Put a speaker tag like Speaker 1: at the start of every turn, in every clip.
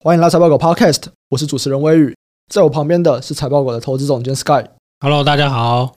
Speaker 1: 欢迎来财报狗 Podcast，我是主持人微雨，在我旁边的是财报狗的投资总监 Sky。
Speaker 2: Hello，大家好。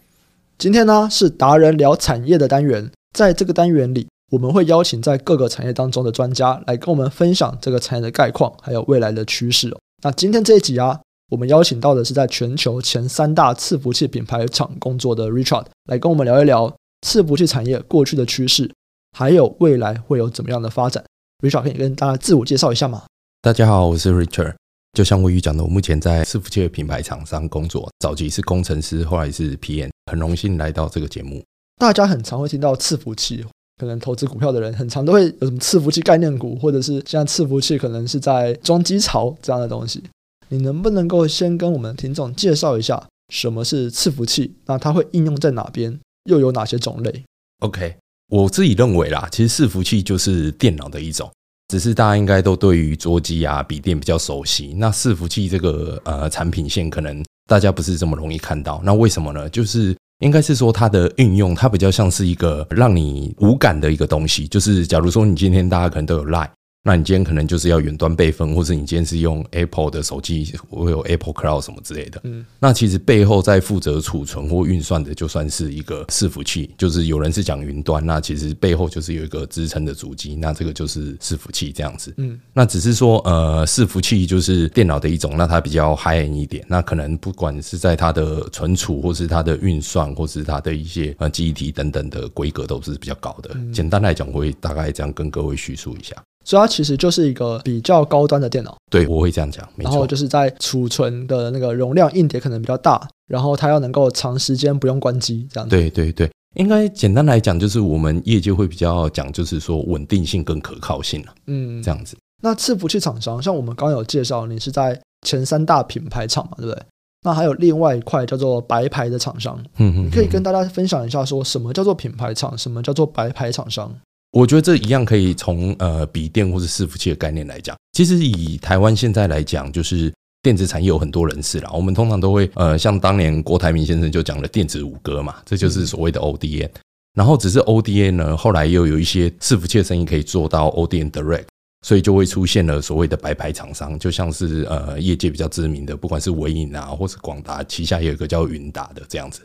Speaker 1: 今天呢是达人聊产业的单元，在这个单元里，我们会邀请在各个产业当中的专家来跟我们分享这个产业的概况，还有未来的趋势哦。那今天这一集啊，我们邀请到的是在全球前三大伺服器品牌厂工作的 Richard，来跟我们聊一聊伺服器产业过去的趋势，还有未来会有怎么样的发展。Richard 可以跟大家自我介绍一下吗？
Speaker 3: 大家好，我是 Richard。就像魏宇讲的，我目前在伺服器的品牌厂商工作，早期是工程师，后来是 PM，很荣幸来到这个节目。
Speaker 1: 大家很常会听到伺服器，可能投资股票的人很常都会有什么伺服器概念股，或者是像伺服器可能是在装机槽这样的东西。你能不能够先跟我们听众介绍一下什么是伺服器？那它会应用在哪边？又有哪些种类？
Speaker 3: OK，我自己认为啦，其实伺服器就是电脑的一种，只是大家应该都对于桌机啊、笔电比较熟悉。那伺服器这个呃产品线，可能大家不是这么容易看到。那为什么呢？就是应该是说它的运用，它比较像是一个让你无感的一个东西。就是假如说你今天大家可能都有 Line。那你今天可能就是要远端备份，或是你今天是用 Apple 的手机，我有 Apple Cloud 什么之类的。
Speaker 1: 嗯，
Speaker 3: 那其实背后在负责储存或运算的，就算是一个伺服器，就是有人是讲云端，那其实背后就是有一个支撑的主机，那这个就是伺服器这样子。
Speaker 1: 嗯，
Speaker 3: 那只是说，呃，伺服器就是电脑的一种，那它比较 high end 一点，那可能不管是在它的存储，或是它的运算，或是它的一些呃记忆体等等的规格都是比较高的。
Speaker 1: 嗯
Speaker 3: 简单来讲，我会大概这样跟各位叙述一下。
Speaker 1: 所以它其实就是一个比较高端的电脑，
Speaker 3: 对，我会这样讲，没
Speaker 1: 然后
Speaker 3: 错。
Speaker 1: 就是在储存的那个容量硬碟可能比较大，然后它要能够长时间不用关机这样子。
Speaker 3: 对对对，应该简单来讲，就是我们业界会比较讲，就是说稳定性跟可靠性啊，
Speaker 1: 嗯，
Speaker 3: 这样子。
Speaker 1: 那伺服器厂商，像我们刚刚有介绍，你是在前三大品牌厂嘛，对不对？那还有另外一块叫做白牌的厂商，
Speaker 3: 嗯
Speaker 1: 你可以跟大家分享一下，说什么叫做品牌厂，什么叫做白牌厂商？
Speaker 3: 我觉得这一样可以从呃笔电或是伺服器的概念来讲。其实以台湾现在来讲，就是电子产业有很多人士啦。我们通常都会呃，像当年郭台铭先生就讲了电子五哥嘛，这
Speaker 1: 嗯
Speaker 3: 就是所谓的 ODN。然后只是 ODN 呢，后来又有一些伺服器的生意可以做到 ODN Direct。所以就会出现了所谓的白牌厂商，就像是呃业界比较知名的，不管是微影啊，或是广达旗下也有一个叫云达的这样子。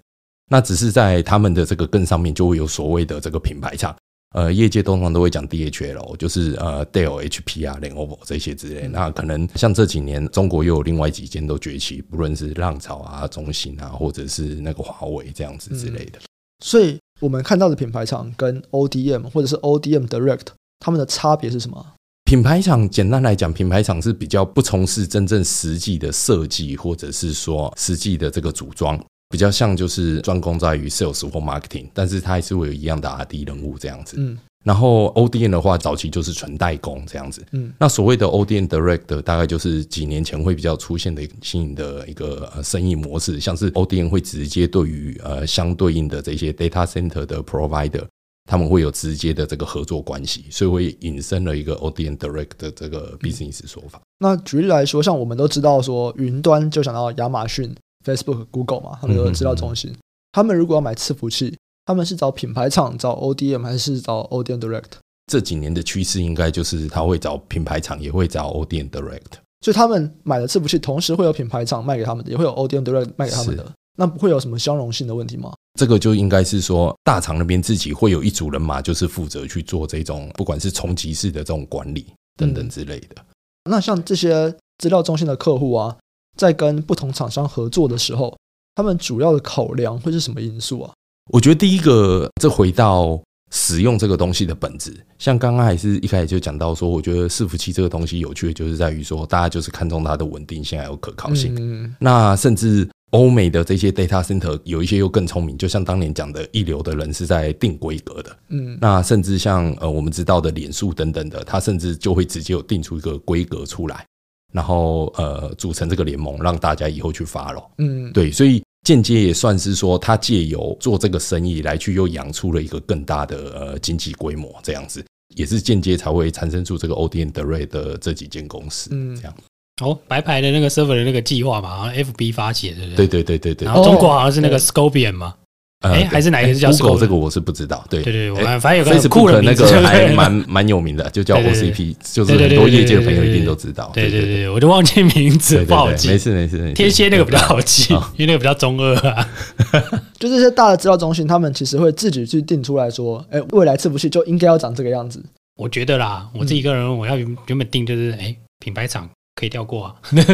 Speaker 3: 那只是在他们的这个更上面，就会有所谓的这个品牌厂。呃，业界通常都会讲 DHL，就是呃 Dell、HP 啊、Lenovo 这些之类。那可能像这几年中国又有另外几间都崛起，不论是浪潮啊、中兴啊，或者是那个华为这样子之类的。
Speaker 1: 所以我们看到的品牌厂跟 ODM 或者是 ODM Direct，他们的差别是什么？
Speaker 3: 品牌厂简单来讲，品牌厂是比较不从事真正实际的设计，或者是说实际的这个组装，比较像就是专攻在于 sales 或 marketing，但是它还是会有一样的 R&D 任务这样子。
Speaker 1: 嗯
Speaker 3: 然后 ODN 的话，早期就是纯代工这样子。
Speaker 1: 嗯，
Speaker 3: 那所谓的 ODN Direct，大概就是几年前会比较出现的新颖的一个呃生意模式，像是 ODN 会直接对于呃相对应的这些 data center 的 provider，他们会有直接的这个合作关系，所以会引申了一个 ODN Direct 的这个 business 说法。
Speaker 1: 那举例来说，像我们都知道说云端就想到亚马逊、Facebook、Google 嘛，他们都是资料中心。他们如果要买伺服器，他们是找品牌厂、找 ODM 还是找 ODM Direct？
Speaker 3: 这几年的趋势应该就是他会找品牌厂，也会找 ODN Direct。
Speaker 1: 所以他们买的伺服器，同时会有品牌厂卖给他们的，也会有 ODM Direct 卖给他们的，那不会有什么相容性的问题吗？
Speaker 3: 这个就应该是说，大厂那边自己会有一组人马，就是负责去做这种不管是冲击式的这种管理等等之类的。
Speaker 1: 那像这些资料中心的客户啊，在跟不同厂商合作的时候，他们主要的考量会是什么因素啊？
Speaker 3: 我觉得第一个，这回到使用这个东西的本质。像刚刚还是一开始就讲到说，我觉得伺服器这个东西有趣的就是在于说，大家就是看重它的稳定性还有可靠性。
Speaker 1: 嗯，
Speaker 3: 那甚至欧美的这些 data center 有一些又更聪明，就像当年讲的，一流的人是在定规格的。
Speaker 1: 嗯
Speaker 3: 那甚至像呃我们知道的脸书等等的，它甚至就会直接有定出一个规格出来，然后呃组成这个联盟，让大家以后去发咯。
Speaker 1: 嗯，
Speaker 3: 对，所以间接也算是说，他借由做这个生意来去又养出了一个更大的呃经济规模，这样子也是间接才会产生出这个 ODN Direct 的这几间公司，
Speaker 1: 嗯
Speaker 3: 这样。
Speaker 2: 哦，白牌的那个 server 的那个计划嘛，好像 FB 发起的，对不
Speaker 3: 对
Speaker 2: 对？
Speaker 3: 对对对对呃
Speaker 2: 然后中国
Speaker 1: 哦
Speaker 2: 好像是那个
Speaker 1: 对
Speaker 2: Scorpion 嘛，哎还是哪一个是叫
Speaker 3: Google？
Speaker 2: Skoda？
Speaker 3: 这个我是不知道。对
Speaker 2: 对对，我
Speaker 3: 哎
Speaker 2: 反正有个很酷的
Speaker 3: Facebook
Speaker 2: 名
Speaker 3: 那
Speaker 2: 字，
Speaker 3: 个 还
Speaker 2: 对
Speaker 3: 蛮蛮有名的，就叫
Speaker 2: 对对对
Speaker 3: OCP，就是
Speaker 2: 对
Speaker 3: 很
Speaker 2: 对对
Speaker 3: 多
Speaker 2: 对对
Speaker 3: 业界的
Speaker 2: 对
Speaker 3: 朋友
Speaker 2: 对
Speaker 3: 一定
Speaker 2: 对
Speaker 3: 都知道。
Speaker 2: 对对
Speaker 3: 对
Speaker 2: 对，我就忘记名字，
Speaker 3: 对
Speaker 2: 不好
Speaker 3: 对
Speaker 2: 记。
Speaker 3: 没事没事没事。
Speaker 2: 天蝎那个比较好记
Speaker 3: 啊，
Speaker 2: 因为那个比较中二
Speaker 3: 哦
Speaker 2: 啊。
Speaker 1: 就这些大的资料中心，他们其实会自己去定出来说，哎，未来伺服器就应该要长这个样 子。
Speaker 2: 我觉得啦，我自己个人我要原原本定就是，哎，品牌厂可以跳过啊，
Speaker 1: 呃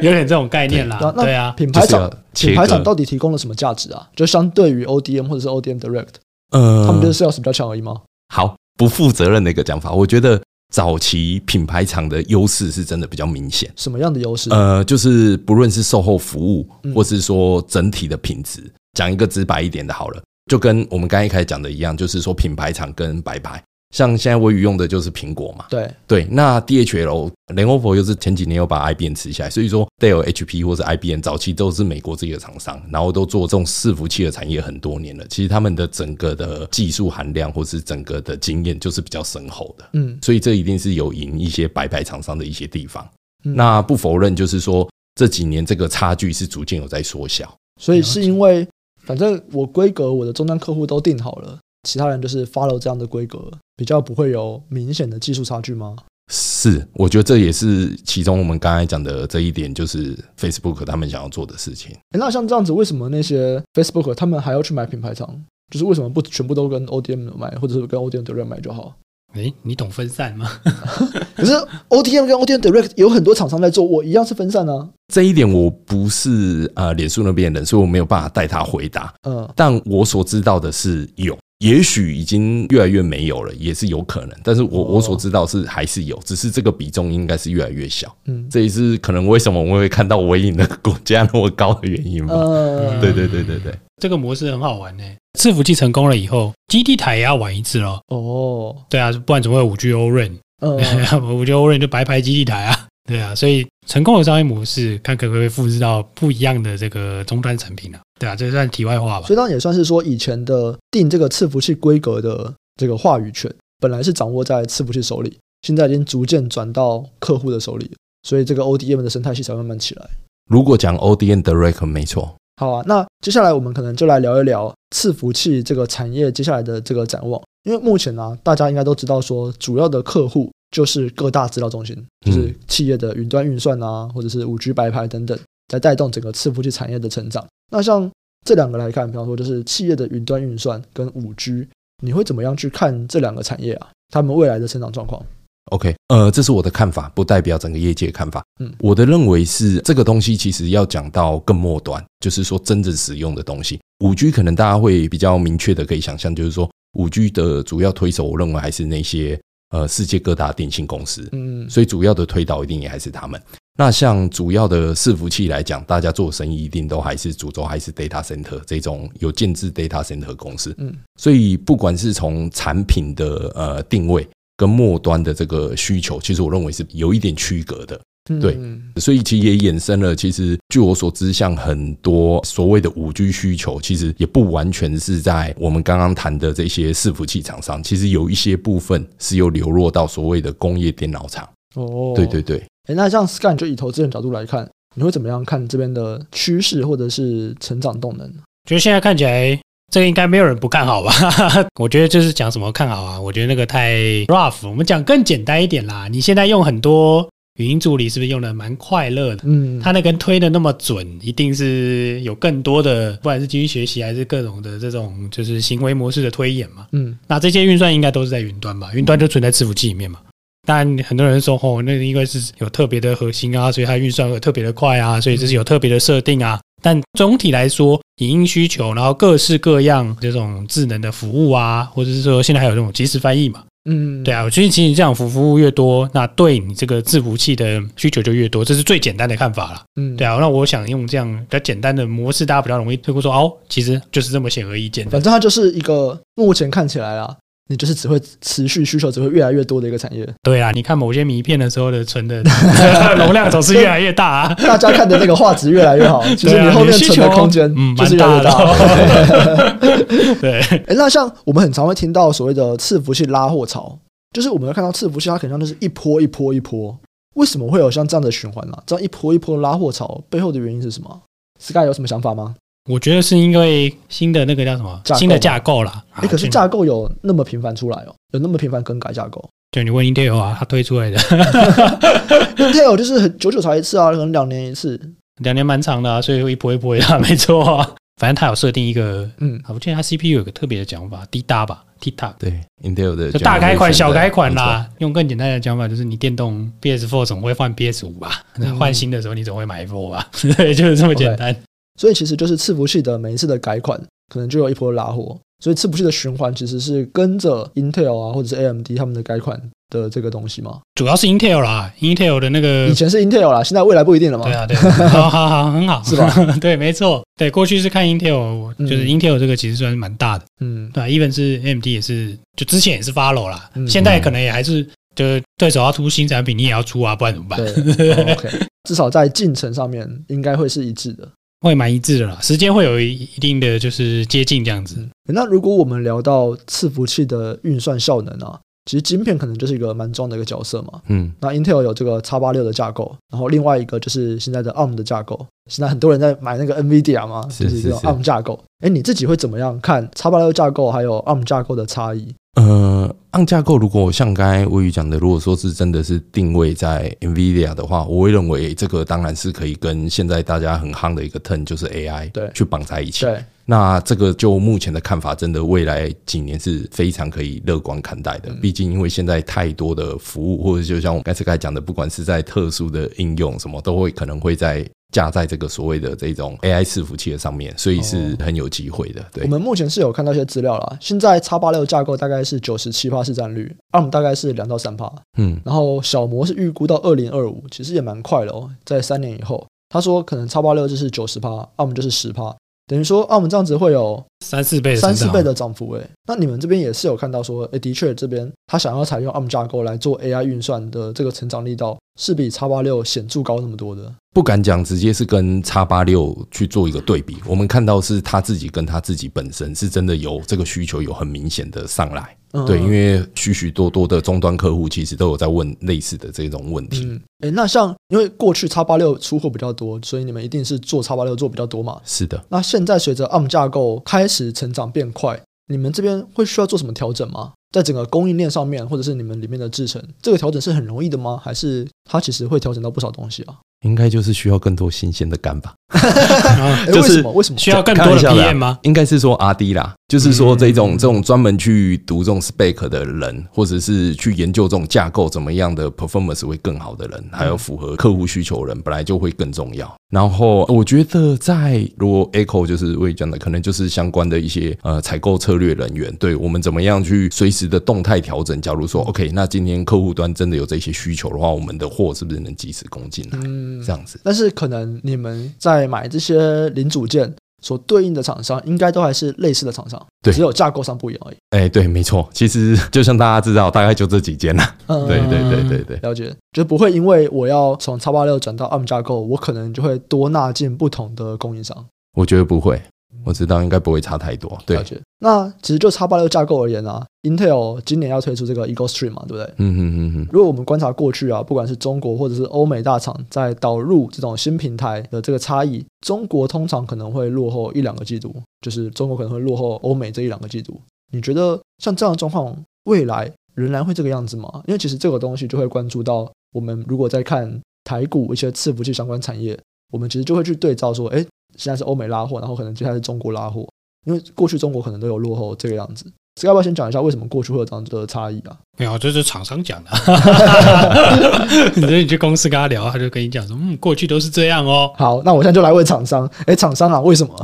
Speaker 2: 有点这种概念啦
Speaker 1: 对啊。那
Speaker 2: 对啊，
Speaker 1: 品
Speaker 3: 就
Speaker 1: 牌
Speaker 3: 是要
Speaker 1: 厂
Speaker 3: 切
Speaker 1: 品牌厂
Speaker 3: 割
Speaker 1: 到底提供了什么价值啊？就相对于 ODM 或者是 ODM Direct，
Speaker 3: 呃，
Speaker 1: 他们就是 sales 比较强而已吗？
Speaker 3: 好不负责任的一个讲法。我觉得早期品牌厂的优势是真的比较明显。
Speaker 1: 什么样的优势？
Speaker 3: 呃，就是不论是售后服务
Speaker 1: 嗯，
Speaker 3: 或是说整体的品质，讲一个直白一点的好了，就跟我们刚才一开始讲的一样，就是说品牌厂跟白牌。像现在微宇用的就是苹果嘛，
Speaker 1: 对，
Speaker 3: 对，那 DHL、Lenovo 又是前几年又把 IBM 吃下来，所以说 Dell、HP 或是 IBM 早期都是美国自己的厂商，然后都做这种伺服器的产业很多年了。其实他们的整个的技术含量或是整个的经验就是比较深厚的。
Speaker 1: 嗯，
Speaker 3: 所以这一定是有赢一些白牌厂商的一些地方。
Speaker 1: 嗯
Speaker 3: 那不否认，就是说这几年这个差距是逐渐有在缩小。
Speaker 1: 所以是因为反正我规格我的终端客户都定好了，其他人就是 follow 这样的规格，比较不会有明显的技术差距吗？
Speaker 3: 是，我觉得这也是其中我们刚才讲的这一点，就是 Facebook 他们想要做的事情。
Speaker 1: 诶那像这样子，为什么那些 Facebook 他们还要去买品牌厂？就是为什么不全部都跟 ODM 买，或者是跟 ODM Direct 买就好？
Speaker 2: 哎，你懂分散吗？
Speaker 1: 可是 ODM 跟 ODM Direct 有很多厂商在做，我一样是分散啊。
Speaker 3: 这一点我不是呃脸书那边的人，所以我没有办法代他回答。
Speaker 1: 嗯，
Speaker 3: 但我所知道的是有，也许已经越来越没有了，也是有可能。但是我、
Speaker 1: 哦
Speaker 3: 我所知道是还是有，只是这个比重应该是越来越小。
Speaker 1: 嗯，
Speaker 3: 这也是可能为什么我会看到微影的股价那么高的原因吧。
Speaker 1: 呃，
Speaker 3: 对对对对对，
Speaker 2: 这个模式很好玩呢。伺服器成功了以后，基地台也要玩一次咯。
Speaker 1: 哦，
Speaker 2: 对啊，不然怎么会有五 G O Rain？
Speaker 1: 嗯，
Speaker 2: 五 G O Rain 就白牌基地台啊。对啊，所以成功的商业模式，看可不可以复制到不一样的这个终端产品啊？对啊，这算题外话吧。
Speaker 1: 所以当然也算是说，以前的定这个伺服器规格的这个话语权，本来是掌握在伺服器手里，现在已经逐渐转到客户的手里，所以这个 ODM 的生态系才慢慢起来。
Speaker 3: 如果讲 ODN Direct 没错，
Speaker 1: 好啊，那接下来我们可能就来聊一聊伺服器这个产业接下来的这个展望，因为目前呢、大家应该都知道说，主要的客户就是各大资料中心，就是
Speaker 3: 嗯
Speaker 1: 企业的云端运算啊，或者是五 G 白牌等等，来带动整个伺服器产业的成长。那像这两个来看，比方说就是企业的云端运算跟五 G，你会怎么样去看这两个产业啊？他们未来的成长状况？
Speaker 3: OK，呃，这是我的看法，不代表整个业界的看法。
Speaker 1: 嗯
Speaker 3: 嗯，我的认为是这个东西其实要讲到更末端，就是说真正使用的东西。五 G 可能大家会比较明确的可以想象，就是说五 G 的主要推手，我认为还是那些呃世界各大电信公司。
Speaker 1: 嗯，
Speaker 3: 所以主要的推导一定也还是他们。那像主要的伺服器来讲，大家做生意一定都还是主轴还是 data center 这种有建制 data center 公司。
Speaker 1: 嗯，
Speaker 3: 所以不管是从产品的呃定位跟末端的这个需求，其实我认为是有一点区隔的。对
Speaker 1: 嗯
Speaker 3: 所以其实也衍生了，其实据我所知，像很多所谓的五 G 需求，其实也不完全是在我们刚刚谈的这些伺服器厂商，其实有一些部分是有流落到所谓的工业电脑厂。
Speaker 1: 哦，
Speaker 3: 对对对。
Speaker 1: 诶，那像 Scan 就以投资人角度来看，你会怎么样看这边的趋势或者是成长动能？
Speaker 2: 觉得现在看起来，这个应该没有人不看好吧？ 我觉得就是讲什么看好啊，我觉得那个太 rough，我们讲更简单一点啦。你现在用很多语音助理，是不是用的蛮快乐的？
Speaker 1: 嗯，
Speaker 2: 它那个推的那么准，一定是有更多的，不管是基于学习还是各种的这种就是行为模式的推演嘛。
Speaker 1: 嗯
Speaker 2: 那这些运算应该都是在云端吧？云端就存在伺服器里面嘛。但很多人说，哦，那个因为是有特别的核心啊，所以它运算会特别的快啊，所以这是有特别的设定啊。但总体来说，影音需求，然后各式各样这种智能的服务啊，或者是说现在还有这种即时翻译嘛，
Speaker 1: 嗯，
Speaker 2: 对啊，我觉得其实这样服服务越多，那对你这个伺服器的需求就越多，这是最简单的看法啦。
Speaker 1: 嗯
Speaker 2: 对
Speaker 1: 啊，
Speaker 2: 啊，那我想用这样比较简单的模式，大家比较容易推估说，哦，其实就是这么显而易见的。
Speaker 1: 反正它就是一个目前看起来啦，你就是只会持续需求只会越来越多的一个产业，
Speaker 2: 对啊，你看某些迷片的时候的存的 容量总是越来越大、啊。
Speaker 1: 大家看的那个画质越来越好，其实
Speaker 2: 对啊
Speaker 1: 你后面
Speaker 2: 需
Speaker 1: 存的
Speaker 2: 求
Speaker 1: 空间
Speaker 2: 嗯
Speaker 1: 就是
Speaker 2: 蛮
Speaker 1: 越来越
Speaker 2: 大的
Speaker 1: 大。
Speaker 2: 哦。 对，
Speaker 1: 诶，那像我们很常会听到所谓的伺服器拉货潮，就是我们会看到伺服器它可能像就是一波一波一波，为什么会有像这样的循环呢、这样一波一波拉货潮背后的原因是什么？Sky 有什么想法吗？
Speaker 2: 我觉得是因为新的那个叫什么
Speaker 1: 架构
Speaker 2: 新的架构啦。
Speaker 1: 哎，可是
Speaker 2: 啊
Speaker 1: 架构有那么频繁出来哦，有那么频繁更改架构。
Speaker 2: 就就你问 Intel 啊，它推出来的
Speaker 1: Intel 哦就是很久久才一次啊，可能两年一次。
Speaker 2: 两年蛮长的、啊，所以会一波一波的、啊，没 错、啊。反正它有设定一个，
Speaker 1: 嗯，
Speaker 2: 啊我记得它 CPU 有个特别的讲法，D 搭吧，T 搭。
Speaker 3: 对 Intel 的
Speaker 2: 就大改款、
Speaker 3: generation
Speaker 2: 小改款
Speaker 3: 的，
Speaker 2: 啦。用更简单的讲法，就是你电动 PS4 总会换 PS5 吧？
Speaker 1: 嗯
Speaker 2: 那换新的时候你总会买 Pro 吧？ 对，就是这么简单。
Speaker 1: 所以其实就是伺服器的每一次的改款，可能就有一波拉货。所以伺服器的循环其实是跟着 Intel 啊，或者是 AMD 他们的改款的这个东西嘛。
Speaker 2: 主要是 Intel 啦，Intel 的那个
Speaker 1: 以，前是 Intel 啦，现在未来不一定了嘛
Speaker 2: 嗯对。啊，对啊，好好好，很好，
Speaker 1: 是 吧？
Speaker 2: 对，没错，对，过去是看 Intel，就
Speaker 1: 嗯
Speaker 2: 是 Intel 这个其实算是蛮大的，
Speaker 1: 嗯，
Speaker 2: 对、啊、，even 是 AMD 也是，就之前也是 follow 啦，
Speaker 1: 嗯
Speaker 2: 现在可能也还是。就是对手要出新产品，你也要出啊，不然怎么办？
Speaker 1: 对、哦 OK，至少在进程上面应该会是一致的。
Speaker 2: 会蛮一致的啦，时间会有一一定的就是接近这样子。
Speaker 1: 那如果我们聊到伺服器的运算效能啊，其实晶片可能就是一个蛮重要的一个角色嘛。
Speaker 3: 嗯，
Speaker 1: 那 Intel 有这个 X 八六的架构，然后另外一个就是现在的 ARM 的架构。现在很多人在买那个 NVIDIA 嘛，
Speaker 3: 是
Speaker 1: 就是这种
Speaker 3: 是是
Speaker 1: ARM 架构。哎，你自己会怎么样看 X 八六架构还有 ARM 架构的差异？
Speaker 3: 呃，按架构，如果像刚才微宇讲的，如果说是真的是定位在 NVIDIA 的话，我会认为这个当然是可以跟现在大家很夯的一个 turn 就是 AI
Speaker 1: 对
Speaker 3: 去绑在一起。
Speaker 1: 对，
Speaker 3: 那这个就目前的看法，真的未来几年是非常可以乐观看待的。
Speaker 1: 嗯
Speaker 3: 毕竟因为现在太多的服务，或者就像我刚才刚才讲的，不管是在特殊的应用什么，都会可能会在架在这个所谓的这种 AI 伺服器的上面，所以是很有机会的。对
Speaker 1: 我，们目前是有看到一些资料啦。现在 X 八六架构大概是九十七帕市占率，ARM 大概是两到三帕，
Speaker 3: 嗯，
Speaker 1: 然后小摩是预估到二零二五，其实也蛮快了哦，在三年以后。他说可能 X 八六就是九十帕，ARM 就是十帕，等于说 ARM 这样子会有
Speaker 2: 三四
Speaker 3: 欸
Speaker 2: 倍的成
Speaker 1: 三
Speaker 2: 长，
Speaker 1: 四
Speaker 3: 哦
Speaker 1: 倍的涨幅诶、欸那你们这边也是有看到说，诶、欸的确这边他想要采用 ARM 架构来做 AI 运算的这个成长力道，是比 X 八六显著高那么多的。
Speaker 3: 不敢讲直接是跟叉八六去做一个对比，我们看到是他自己跟他自己本身是真的有这个需求有很明显的上来。
Speaker 1: 嗯
Speaker 3: 对，因为许许多多的终端客户其实都有在问类似的这种问题。
Speaker 1: 嗯，诶、那像因为过去 X 八六出货比较多，所以你们一定是做 X 八六做比较多嘛。
Speaker 3: 是的，
Speaker 1: 那现在随着 ARM 架构开始成长变快，你们这边会需要做什么调整吗？在整个供应链上面，或者是你们里面的制程，这个调整是很容易的吗？还是它其实会调整到不少东西啊？
Speaker 3: 应该就是需要更多新鲜的肝吧？
Speaker 2: 啊
Speaker 1: 诶哎欸
Speaker 3: 就
Speaker 1: 为
Speaker 3: 是
Speaker 1: 什么？为什么？
Speaker 2: 需要更多的
Speaker 3: 开玩笑的啊
Speaker 2: PM 吗？
Speaker 3: 应该是说 R D 啦，就是说
Speaker 2: 嗯
Speaker 3: 这种、这种专门去读这种 spec 的人，或者是去研究这种架构怎么样的 performance 会更好的人，还有符合客户需求的人，本来就会更重要。然后我觉得在如果 echo 就是魏讲的，可能就是相关的一些呃采购策略人员，对我们怎么样去随时的动态调整。假如说 OK，那今天客户端真的有这些需求的话，我们的货是不是能及时供进来？
Speaker 1: 嗯
Speaker 3: 这样子。
Speaker 1: 但是可能你们在买这些零组件所对应的厂商，应该都还是类似的厂商，
Speaker 3: 对
Speaker 1: 只有架构上不一样而已。
Speaker 3: 哎、对，没错，其实就像大家知道，大概就这几间啦。
Speaker 1: 嗯，
Speaker 3: 对对对对对。
Speaker 1: 了解，就不会因为我要从叉八六转到 ARM 架构，我可能就会多纳进不同的供应商。
Speaker 3: 我觉得不会，我知道应该不会差太多。对
Speaker 1: 了，解。那其实就叉八六架构而言啊，Intel 今年要推出这个 Eagle Stream 嘛，对不对？
Speaker 3: 嗯嗯嗯嗯，
Speaker 1: 如果我们观察过去啊，不管是中国或者是欧美大厂在导入这种新平台的这个差异，中国通常可能会落后一两个季度，就是中国可能会落后欧美这一两个季度。你觉得像这样的状况，未来仍然会这个样子吗？因为其实这个东西就会关注到我们如果在看台股一些伺服器相关产业，我们其实就会去对照说，哎，现在是欧美拉货，然后可能接下来是中国拉货，因为过去中国可能都有落后这个样子。要不要先讲一下为什么过去会有这样的差异啊？
Speaker 2: 没有，这是厂商 讲的。 你这你去公司跟他聊，他就跟你讲说，嗯，过去都是这样哦。
Speaker 1: 好，那我现在就来问厂商，哎，厂商啊，为什么？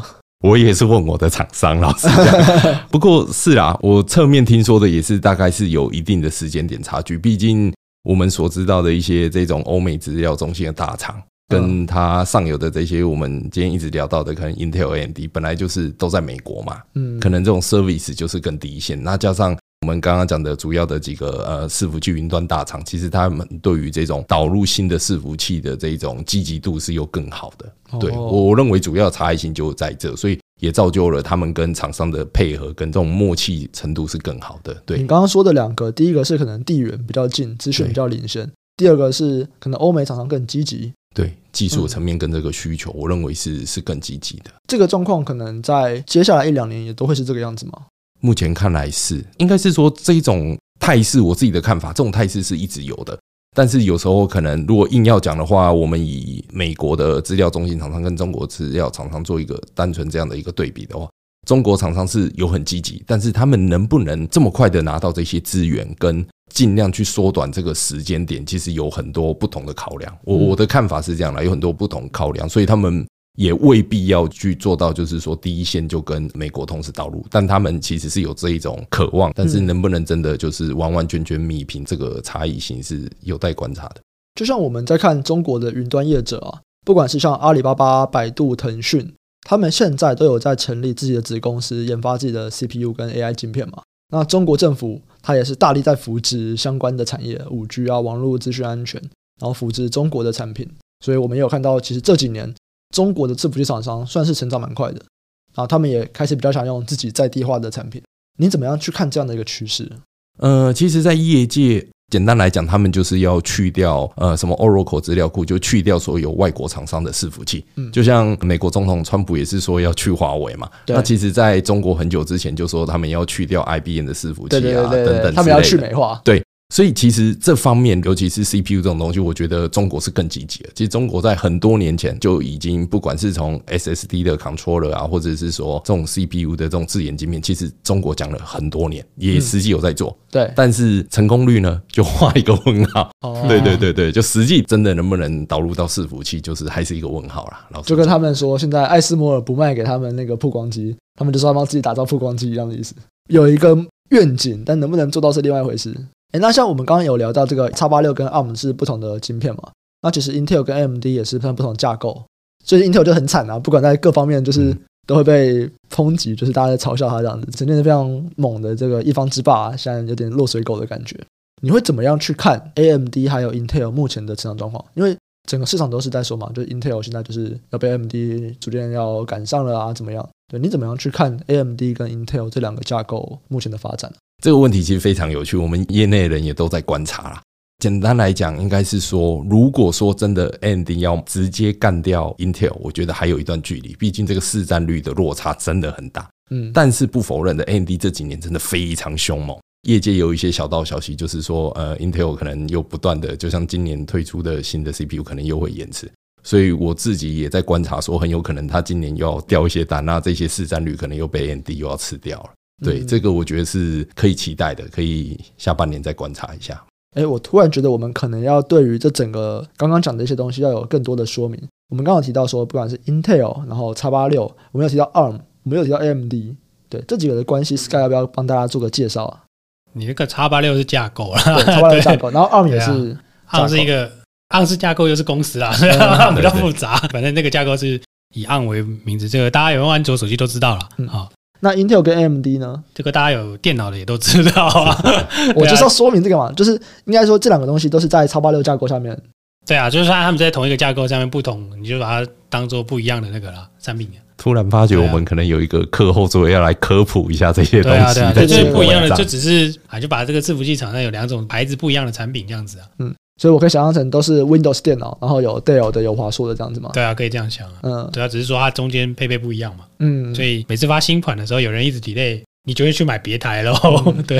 Speaker 3: 我也是问我的厂商老师 讲，不过是啦，我侧面听说的也是大概是有一定的时间点差距，毕竟我们所知道的一些这种欧美资料中心的大厂。
Speaker 1: 嗯
Speaker 3: 跟它上游的这些，我们今天一直聊到的，可能 Intel、AMD 本来就是都在美国嘛，
Speaker 1: 嗯，
Speaker 3: 可能这种 service 就是更低一线。那加上我们刚刚讲的主要的几个呃伺服器云端大厂，其实他们对于这种导入新的伺服器的这种积极度是又更好的。对
Speaker 1: 哦
Speaker 3: 我我认为主要差异性就在这，所以也造就了他们跟厂商的配合跟这种默契程度是更好的。对
Speaker 1: 你，刚刚说的两个，第一个是可能地缘比较近，资讯比较领先；第二个是可能欧美厂商更积极，
Speaker 3: 对技术的层面跟这个需求，我认为是是更积极的。
Speaker 1: 这个状况可能在接下来一两年也都会是这个样子吗？
Speaker 3: 目前看来是，应该是说这种态势，我自己的看法，这种态势是一直有的。但是有时候可能，如果硬要讲的话，我们以美国的资料中心厂商跟中国资料厂商做一个单纯这样的一个对比的话，中国厂商是有很积极，但是他们能不能这么快的拿到这些资源，跟尽量去缩短这个时间点，其实有很多不同的考量。我
Speaker 1: 嗯
Speaker 3: 我的看法是这样啦，有很多不同考量，所以他们也未必要去做到，就是说第一线就跟美国同时导入，但他们其实是有这一种渴望，但是能不能真的就是完完全全弭平这个差异性是有待观察的。
Speaker 1: 就像我们在看中国的云端业者啊，不管是像阿里巴巴、百度、腾讯，他们现在都有在成立自己的子公司，研发自己的 CPU 跟 AI 晶片嘛。那中国政府它也是大力在扶植相关的产业，五 G 啊、网络资讯安全，然后扶植中国的产品。所以我们也有看到，其实这几年中国的伺服器厂商算是成长蛮快的，然后他们也开始比较想用自己在地化的产品。你怎么样去看这样的一个趋势？
Speaker 3: 呃，其实，在业界简单来讲，他们就是要去掉呃什么 Oracle 资料库，就去掉所有外国厂商的伺服器。
Speaker 1: 嗯
Speaker 3: 就像美国总统川普也是说要去华为嘛。
Speaker 1: 对
Speaker 3: 那其实，在中国很久之前就说他们要去掉 IBM 的伺服器
Speaker 1: 对对
Speaker 3: 啊
Speaker 1: 对对
Speaker 3: 等
Speaker 1: 对，
Speaker 3: 等，
Speaker 1: 他们要去。美化，
Speaker 3: 所以其实这方面，尤其是 CPU 这种东西，我觉得中国是更积极的。其实中国在很多年前就已经，不管是从 SSD 的 controller 啊，或者是说这种 CPU 的这种自研晶片，其实中国讲了很多年，也
Speaker 1: 嗯
Speaker 3: 实际有在做。
Speaker 1: 对，
Speaker 3: 但是成功率呢，就画一个问号。
Speaker 1: 哦
Speaker 3: 对对对对，就实际真的能不能导入到伺服器，就是还是一个问号啦。老实
Speaker 1: 就跟
Speaker 3: 讲
Speaker 1: 他们说，现在艾斯摩尔不卖给他们那个曝光机，他们就说他们要自己打造曝光机一样的意思。有一个愿景，但能不能做到是另外一回事。诶，那像我们刚刚有聊到这个 X 八六跟 ARM 是不同的晶片嘛？那其实 Intel 跟 AMD 也是算不同架构，所以 Intel 就很惨啊，不管在各方面就是
Speaker 3: 嗯
Speaker 1: 都会被抨击，就是大家在嘲笑他这样子，整天是非常猛的这个一方之霸、现在有点落水狗的感觉。你会怎么样去看 AMD 还有 Intel 目前的成长状况？因为整个市场都是在说嘛，就是 Intel 现在就是要被 AMD 逐渐要赶上了啊，怎么样？对你怎么样去看 AMD 跟 Intel 这两个架构目前的发展？
Speaker 3: 这个问题其实非常有趣，我们业内人也都在观察啦。简单来讲，应该是说，如果说真的 AMD 要直接干掉 Intel，我觉得还有一段距离，毕竟这个市占率的落差真的很大。
Speaker 1: 嗯，
Speaker 3: 但是不否认的，AMD 这几年真的非常凶猛。业界有一些小道消息，就是说，呃，Intel 可能又不断的，就像今年推出的新的 CPU，可能又会延迟。所以我自己也在观察，说很有可能它今年又要掉一些单，那这些市占率可能又被 AMD 又要吃掉了。对，
Speaker 1: 嗯
Speaker 3: 这个我觉得是可以期待的，可以下半年再观察一下。
Speaker 1: 哎，我突然觉得我们可能要对于这整个刚刚讲的一些东西要有更多的说明。我们刚刚有提到说，不管是 Intel，然后 X 八六，我们有提到 ARM，我们有提到 AMD，对这几个的关系，Sky 要不要帮大家做个介绍啊？
Speaker 2: 你那个叉八六是架构啦，
Speaker 1: 对，X 八六架构，然后 ARM 也是，
Speaker 2: 昂是一个昂是架构又是公司啦，所以 昂比 较
Speaker 3: 对对
Speaker 2: 复杂。反正那个架构是以昂为名字，这个大家有用安卓手机都知道了
Speaker 1: 嗯
Speaker 2: 啊、
Speaker 1: 那 Intel 跟 AMD 呢？
Speaker 2: 这个大家有电脑的也都知道 啊。
Speaker 1: 我就是要说明这个嘛，就是应该说这两个东西都是在 X 八六架构下面。
Speaker 2: 对啊，就是说他们在同一个架构上面不同，你就把它当做不一样的那个啦产品啊。
Speaker 3: 突然发觉，我们可能有一个课后作业要来科普一下这些东
Speaker 2: 对啊，
Speaker 3: 西
Speaker 2: 对啊，，
Speaker 3: 在
Speaker 2: 就
Speaker 1: 这个
Speaker 2: 是
Speaker 3: 进步
Speaker 2: 不一样
Speaker 3: 文
Speaker 2: 的，
Speaker 3: 章
Speaker 2: 就。只是啊，就把这个伺服器厂商有两种牌子不一样的产品这样子啊。
Speaker 1: 所以我可以想象成都是 Windows 电脑，然后有 Dell 的，有华硕的这样子嘛。
Speaker 3: 哦
Speaker 2: 对啊，可以这样想啊。
Speaker 1: 嗯
Speaker 2: 对啊，只是说它中间配备不一样嘛，
Speaker 1: 嗯，
Speaker 2: 所以每次发新款的时候，有人一直 delay，你就会去买别台喽。
Speaker 1: 嗯
Speaker 2: 对，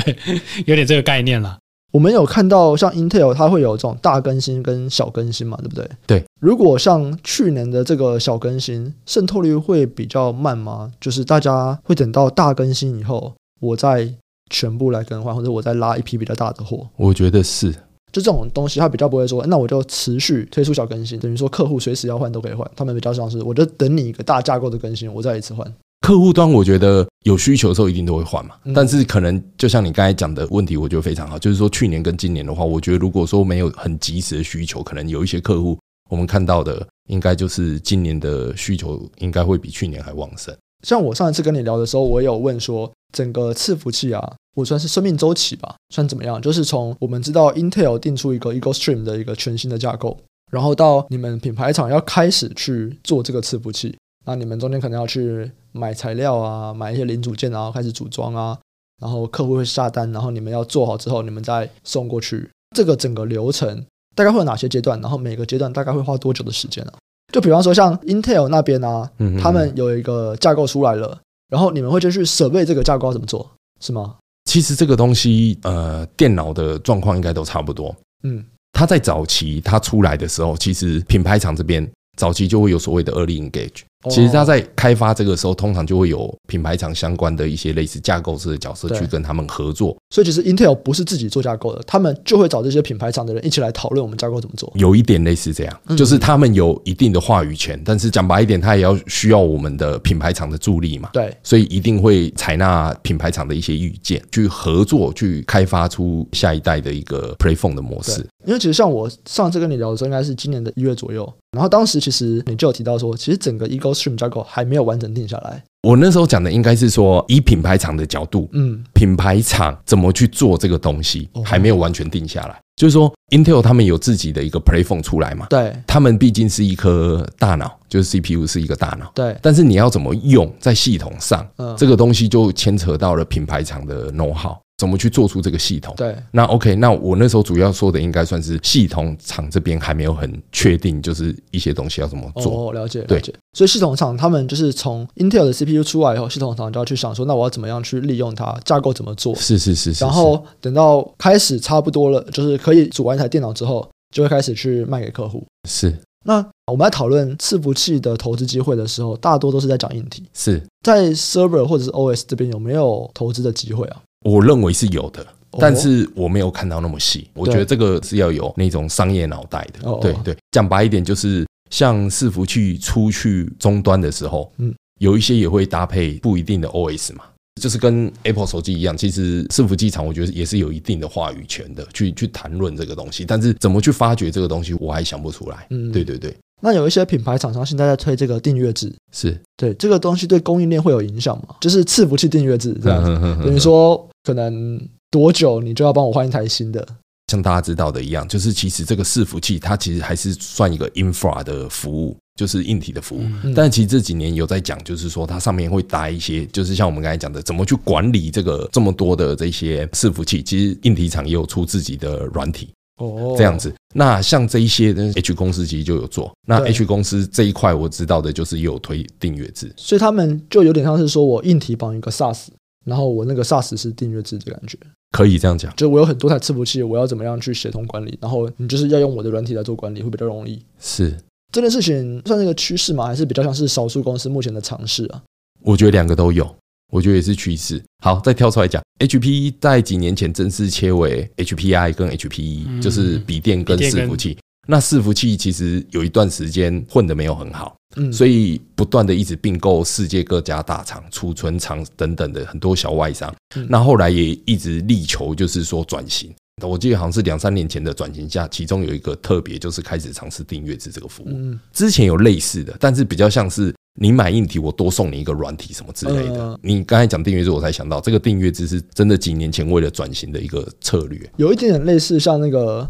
Speaker 2: 有点这个概念啦。
Speaker 1: 我们有看到像 Intel 它会有这种大更新跟小更新嘛，对不对？
Speaker 3: 对。
Speaker 1: 如果像去年的这个小更新，渗透率会比较慢吗？就是大家会等到大更新以后，我再全部来更换，或者我再拉一批比较大的货。
Speaker 3: 我觉得是，
Speaker 1: 就这种东西，它比较不会说，那我就持续推出小更新，等于说客户随时要换都可以换。他们比较像是，我就等你一个大架构的更新，我再一次换。
Speaker 3: 客户端我觉得有需求的时候一定都会换嘛
Speaker 1: 嗯，
Speaker 3: 但是可能就像你刚才讲的问题，我觉得非常好，就是说去年跟今年的话，我觉得如果说没有很及时的需求，可能有一些客户我们看到的应该就是今年的需求应该会比去年还旺盛。
Speaker 1: 像我上一次跟你聊的时候，我有问说，整个伺服器啊，我算是生命周期吧，算怎么样？就是从我们知道 Intel 定出一个 EcoStream 的一个全新的架构，然后到你们品牌厂要开始去做这个伺服器，那你们中间可能要去买材料啊，买一些零组件啊，开始组装啊，然后客户会下单，然后你们要做好之后，你们再送过去。这个整个流程大概会有哪些阶段，然后每个阶段大概会花多久的时间呢、啊？就比方说像 Intel 那边啊，
Speaker 3: 嗯
Speaker 1: 他们有一个架构出来了，然后你们会就去设备这个架构要怎么做，是吗？
Speaker 3: 其实这个东西，呃，电脑的状况应该都差不多。
Speaker 1: 嗯
Speaker 3: 它在早期它出来的时候，其实品牌厂这边早期就会有所谓的 early engage。
Speaker 1: 哦
Speaker 3: 其实它在开发这个时候，通常就会有品牌厂相关的一些类似架构师的角色
Speaker 1: 对
Speaker 3: 去跟他们合作。
Speaker 1: 所以其实 Intel 不是自己做架构的，他们就会找这些品牌厂的人一起来讨论我们架构怎么做。
Speaker 3: 有一点类似这样，
Speaker 1: 嗯
Speaker 3: 就是他们有一定的话语权，但是讲白一点，他也要需要我们的品牌厂的助力嘛。
Speaker 1: 对，
Speaker 3: 所以一定会采纳品牌厂的一些意见，去合作，去开发出下一代的一个 Play Phone 的模
Speaker 1: 对
Speaker 3: 式。，
Speaker 1: 因为其实像我上次跟你聊的时候，应该是今年的一月左右，然后当时其实你就有提到说，其实整个 Eagle Stream 架构还没有完整定下来。
Speaker 3: 我那时候讲的应该是说，以品牌厂的角度，
Speaker 1: 嗯，
Speaker 3: 品牌厂怎么去做这个东西
Speaker 1: 哦，
Speaker 3: 还没有完全定下来。就是说，Intel 他们有自己的一个 Play Phone 出来嘛，
Speaker 1: 对
Speaker 3: 他们毕竟是一颗大脑，就是 CPU 是一个大脑，
Speaker 1: 对，
Speaker 3: 但是你要怎么用在系统上，
Speaker 1: 嗯，
Speaker 3: 这个东西就牵扯到了品牌厂的 know how，怎么去做出这个系统。
Speaker 1: 对
Speaker 3: 那 OK，那我那时候主要说的应该算是系统厂这边还没有很确定，就是一些东西要怎么做。
Speaker 1: 哦，了解了
Speaker 3: 对
Speaker 1: 解。所以系统厂他们就是从 Intel 的 CPU 出来以后，系统厂就要去想说，那我要怎么样去利用它，架构怎么做，
Speaker 3: 是是是是是。
Speaker 1: 然后等到开始差不多了，就是可以组完一台电脑之后，就会开始去卖给客户。
Speaker 3: 是
Speaker 1: 那我们在讨论伺服器的投资机会的时候，大多都是在讲硬体，
Speaker 3: 是，
Speaker 1: 在 server 或者是 OS 这边有没有投资的机会啊？
Speaker 3: 我认为是有的，
Speaker 1: 哦
Speaker 3: 但是我没有看到那么细。我
Speaker 1: 对
Speaker 3: 觉得这个是要有那种商业脑袋的。
Speaker 1: 哦哦
Speaker 3: 对对，讲白一点，就是像伺服器出去终端的时候，
Speaker 1: 嗯
Speaker 3: 嗯，有一些也会搭配不一定的 OS 嘛。就是跟 Apple 手机一样，其实伺服器厂我觉得也是有一定的话语权的，去去谈论这个东西。但是怎么去发掘这个东西，我还想不出来。
Speaker 1: 嗯
Speaker 3: 对对对，
Speaker 1: 那有一些品牌厂商现在在推这个订阅制，
Speaker 3: 是
Speaker 1: 对这个东西对供应链会有影响吗？就是啊伺服器订阅制这
Speaker 3: 嗯
Speaker 1: 样子， 等于
Speaker 3: 等
Speaker 1: 说可能多久你就要帮我换一台新的？
Speaker 3: 像大家知道的一样，就是其实这个伺服器它其实还是算一个 infra 的服务，就是硬体的服务。
Speaker 1: 嗯
Speaker 3: 但其实这几年有在讲，就是说它上面会搭一些，就是像我们刚才讲的，怎么去管理这个这么多的这些伺服器。其实硬体厂也有出自己的软体，
Speaker 1: 哦
Speaker 3: 这样，子。那像这一些呢 H 公司其实就有做，那
Speaker 1: 对
Speaker 3: H 公司这一块我知道的就是也有推订阅制，
Speaker 1: 所以他们就有点像是说我硬体绑一个 SaaS，然后我那个 SaaS 是订阅制的感觉，
Speaker 3: 可以这样讲。
Speaker 1: 就是我有很多台伺服器，我要怎么样去协同管理，然后你就是要用我的软体来做管理会比较容易。
Speaker 3: 是，
Speaker 1: 这件事情算是一个趋势吗？还是比较像是少数公司目前的尝试啊？
Speaker 3: 我觉得两个都有，我觉得也是趋势。好，再跳出来讲，HP 在几年前正式切为 HPI 跟 HPE，、
Speaker 2: 嗯
Speaker 3: 就是笔电跟
Speaker 2: 笔电
Speaker 3: 伺
Speaker 2: 跟
Speaker 3: 服器。那伺服器其实有一段时间混得没有很好，
Speaker 1: 嗯，
Speaker 3: 所
Speaker 1: 以
Speaker 3: 以不断的一直并购世界各家大厂、储存厂等等的很多小外商
Speaker 1: 嗯。
Speaker 3: 那后来也一直力求就是说转型。我记得好像是两三年前的转型下，其中有一个特别就是开始尝试订阅制这个服务。
Speaker 1: 嗯，
Speaker 3: 之前有类似的，但是比较像是你买硬体，我多送你一个软体什么之类的。
Speaker 1: 嗯
Speaker 3: 你刚才讲订阅制，我才想到这个订阅制是真的几年前为了转型的一个策略。
Speaker 1: 有一点点类似像那个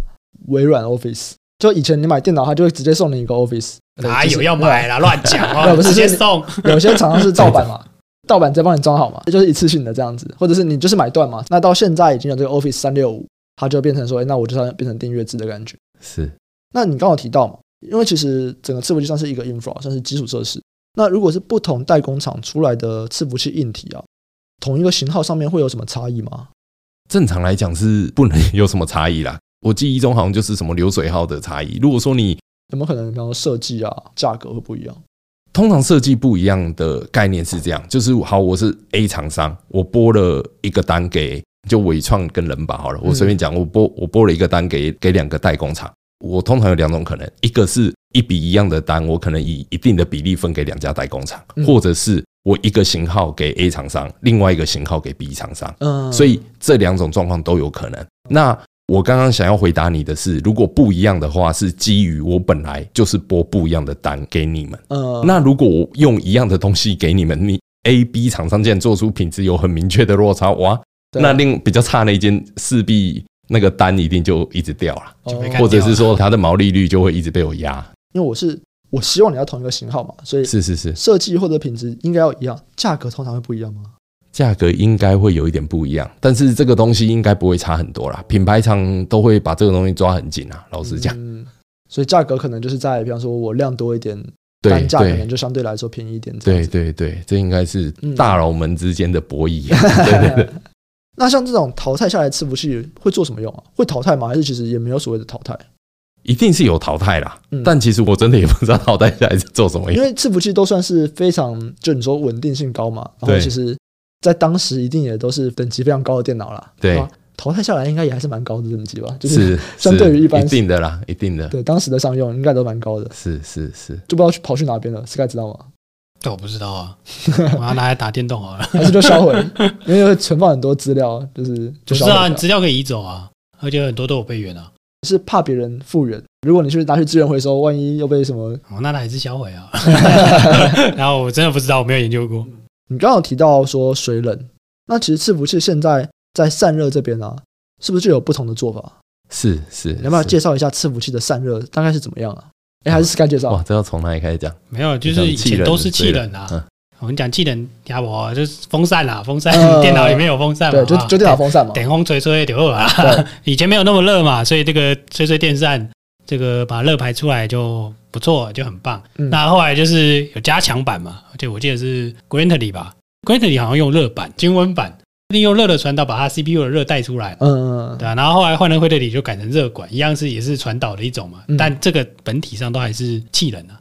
Speaker 1: 微软 Office，就以前你买电脑，它就会直接送你一个 Office，对
Speaker 3: 啊
Speaker 2: 哪
Speaker 1: 就是
Speaker 2: 有要买啦？乱讲
Speaker 1: 对
Speaker 2: 哦，
Speaker 1: 不是
Speaker 2: 直接
Speaker 1: 是
Speaker 2: 送。
Speaker 1: 有些厂商是盗版嘛， 盗版直接帮你装好嘛，这就是一次性的这样子，或者是你就是买断嘛。那到现在已经有这个 Office 三六五，它就变成说，哎，那我就是要变成订阅制的感觉。
Speaker 3: 是
Speaker 1: 那你刚好提到嘛，因为其实整个伺服器算是一个 infra，算是基础设施。那如果是不同代工厂出来的伺服器硬体啊，同一个型号上面会有什么差异吗？
Speaker 3: 正常来讲是不能有什么差异啦。我记忆中好像就是什么流水号的差异。如果说你
Speaker 1: 有没有可能，比方说设计啊，价格会不一样？
Speaker 3: 通常设计不一样的概念是这样，就是好，我是 A 厂商，我拨了一个单给就伟创跟人保好
Speaker 1: 嗯
Speaker 3: 了，我随便讲，我拨我拨了一个单给给两个代工厂，我通常有两种可能，一个是一笔一样的单，我可能以一定的比例分给两家代工厂，
Speaker 1: 嗯
Speaker 3: 或者是我一个型号给 A 厂商，另外一个型号给 B 厂商，
Speaker 1: 嗯，
Speaker 3: 所以这两种状况都有可能。那我刚刚想要回答你的是，如果不一样的话，是基于我本来就是拨不一样的单给你们。
Speaker 1: 呃，
Speaker 3: 那如果我用一样的东西给你们，你 A、B 厂商竟然做出品质有很明确的落差，哇，
Speaker 1: 对啊
Speaker 3: 那另比较差那一间势必那个单一定就一直掉了，
Speaker 1: 哦
Speaker 2: 就被干
Speaker 3: 或者是说它的毛利率就会一直被我压。
Speaker 1: 因为我是我希望你要同一个型号嘛，所以
Speaker 3: 是是是，
Speaker 1: 设计或者品质应该要一样，价格通常会不一样吗？
Speaker 3: 价格应该会有一点不一样，但是这个东西应该不会差很多啦。品牌厂都会把这个东西抓很紧啊，老实讲，
Speaker 1: 嗯，所以价格可能就是在，比方说我量多一点，
Speaker 3: 对
Speaker 1: 单价可能
Speaker 3: 对
Speaker 1: 就相对来说便宜一点。这样
Speaker 3: 对
Speaker 1: 子，
Speaker 3: 对对，这应该是
Speaker 1: 嗯
Speaker 3: 大佬们之间的博 弈、啊。对对对，
Speaker 1: 那像这种淘汰下来的伺服器会做什么用啊？会淘汰吗？还是其实也没有所谓的淘汰？
Speaker 3: 一定是有淘汰啦。
Speaker 1: 嗯
Speaker 3: 但其实我真的也不知道淘汰下来是做什么
Speaker 1: 因
Speaker 3: 用。
Speaker 1: 为伺服器都算是非常，就你说稳定性高嘛，然后
Speaker 3: 对
Speaker 1: 其实在当时一定也都是等级非常高的电脑啦。
Speaker 3: 对
Speaker 1: 吧，淘汰下来应该也还是蛮高的等级吧，就是
Speaker 3: 是
Speaker 1: 相对于一般
Speaker 3: 一定的啦，一定的，
Speaker 1: 对当时的商用应该都蛮高的，
Speaker 3: 是是是，
Speaker 1: 就不知道去跑去哪边了。Sky 知道吗？
Speaker 2: 这我不知道 啊，我要拿来打电动好了。
Speaker 1: 还是就销 毁？因为会存放很多资料，就是
Speaker 2: 不
Speaker 1: 就是销毁
Speaker 2: 啊，
Speaker 1: 掉
Speaker 2: 你资料可以移走啊，而且很多都有备援啊。
Speaker 1: 是怕别人复原。如果你去拿去资源回收，万一又被什么？
Speaker 2: 哦，那还是销毁 啊。然后我真的不知道，我没有研究过。
Speaker 1: 你刚刚有提到说水冷，那其实伺服器现在在散热这边啊，是不是就有不同的做法？
Speaker 3: 是是，
Speaker 1: 你要不要
Speaker 3: 是
Speaker 1: 介绍一下伺服器的散热大概是怎么样啊？哎，还是 Sky 介
Speaker 2: 哦
Speaker 1: 绍
Speaker 3: 哇，？这要从哪里开始讲？
Speaker 2: 没有，就是以前都是气冷啊。
Speaker 3: 嗯
Speaker 2: 我们讲气冷，压我就是风扇啦、风扇，
Speaker 1: 呃
Speaker 2: 电脑里面有风扇嘛，啊
Speaker 1: 对，就就电脑风扇嘛。
Speaker 2: 等风吹吹就好啊。
Speaker 1: 对，
Speaker 2: 以前没有那么热嘛，所以这个吹吹电扇，这个把热排出来就不错，就很棒。
Speaker 1: 嗯
Speaker 2: 那后来就是有加强版嘛，而且我记得是 Grantley 吧，Grantley 好像用热板、经温板，利用热的传导把它 CPU 的热带出来。
Speaker 1: 嗯，
Speaker 2: 对啊，然后后来换成惠特里就改成热管，一样是也是传导的一种嘛，
Speaker 1: 嗯
Speaker 2: 但这个本体上都还是气冷啊。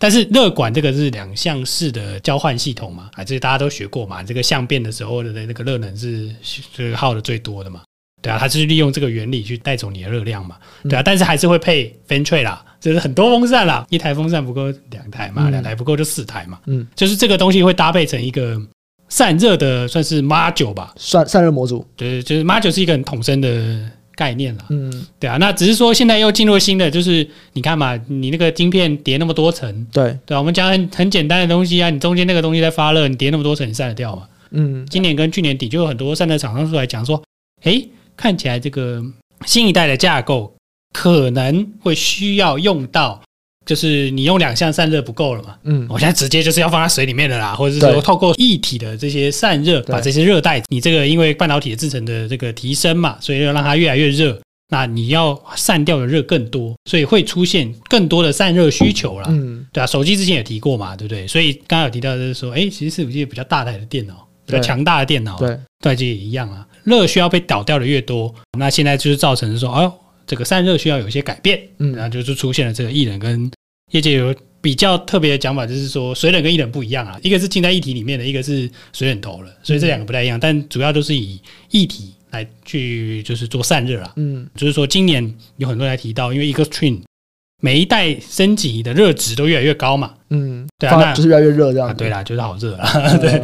Speaker 2: 但是热管这个是两项式的交换系统嘛，啊，这大家都学过嘛，这个相变的时候的那个热能是这个耗的最多的嘛，对啊，它是利用这个原理去带走你的热量嘛，
Speaker 1: 嗯
Speaker 2: 对啊，但是还是会配 fan tray 啦，就是很多风扇啦，一台风扇不够两台嘛，
Speaker 1: 嗯
Speaker 2: 两台不够就四台嘛，
Speaker 1: 嗯，
Speaker 2: 就是这个东西会搭配成一个散热的算是 module 吧，
Speaker 1: 散散热模组，
Speaker 2: 就是就是 module 是一个很统称的概念啦，
Speaker 1: 嗯，
Speaker 2: 对啊，那只是说现在又进入新的，就是你看嘛，你那个晶片叠那么多层，
Speaker 1: 对，
Speaker 2: 对啊，我们讲很很简单的东西啊，你中间那个东西在发热，你叠那么多层，你散得掉嘛？
Speaker 1: 嗯，
Speaker 2: 今年跟去年底就有很多散热厂商出来讲说，诶，看起来这个新一代的架构可能会需要用到，就是你用两项散热不够了嘛，
Speaker 1: 嗯，
Speaker 2: 我现在直接就是要放在水里面的啦，或者是
Speaker 1: 对
Speaker 2: 说透过液体的这些散热，
Speaker 1: 对
Speaker 2: 把这些热带，你这个因为半导体的制成的这个提升嘛，所以要让它越来越热，那你要散掉的热更多，所以会出现更多的散热需求啦。
Speaker 1: 嗯，
Speaker 2: 对啊，手机之前也提过嘛，对不对？所以刚刚有提到就是说，哎，其实伺服器比较大台的电脑，比较
Speaker 1: 对
Speaker 2: 强大的电脑，
Speaker 1: 嗯对，
Speaker 2: 对，这也一样啊。热需要被导掉的越多，那现在就是造成说，哎呦，这个散热需要有一些改变，然后
Speaker 1: 嗯，
Speaker 2: 就是出现了这个异冷跟业界有比较特别的讲法，就是说水冷跟异冷不一样啊，一个是浸在液体里面的，一个是水冷头了，所以这两个不太一样，但主要都是以液体来去就是做散热啊。
Speaker 1: 嗯，
Speaker 2: 就是说今年有很多人来提到，因为 Extreme 每一代升级的热值都越来越高嘛，
Speaker 1: 嗯，
Speaker 2: 对啊
Speaker 1: 发
Speaker 2: 那
Speaker 1: 就是越来越热这样
Speaker 2: 啊，
Speaker 1: 子。
Speaker 2: 对啦，就是好热啊，
Speaker 1: 嗯，
Speaker 2: 对，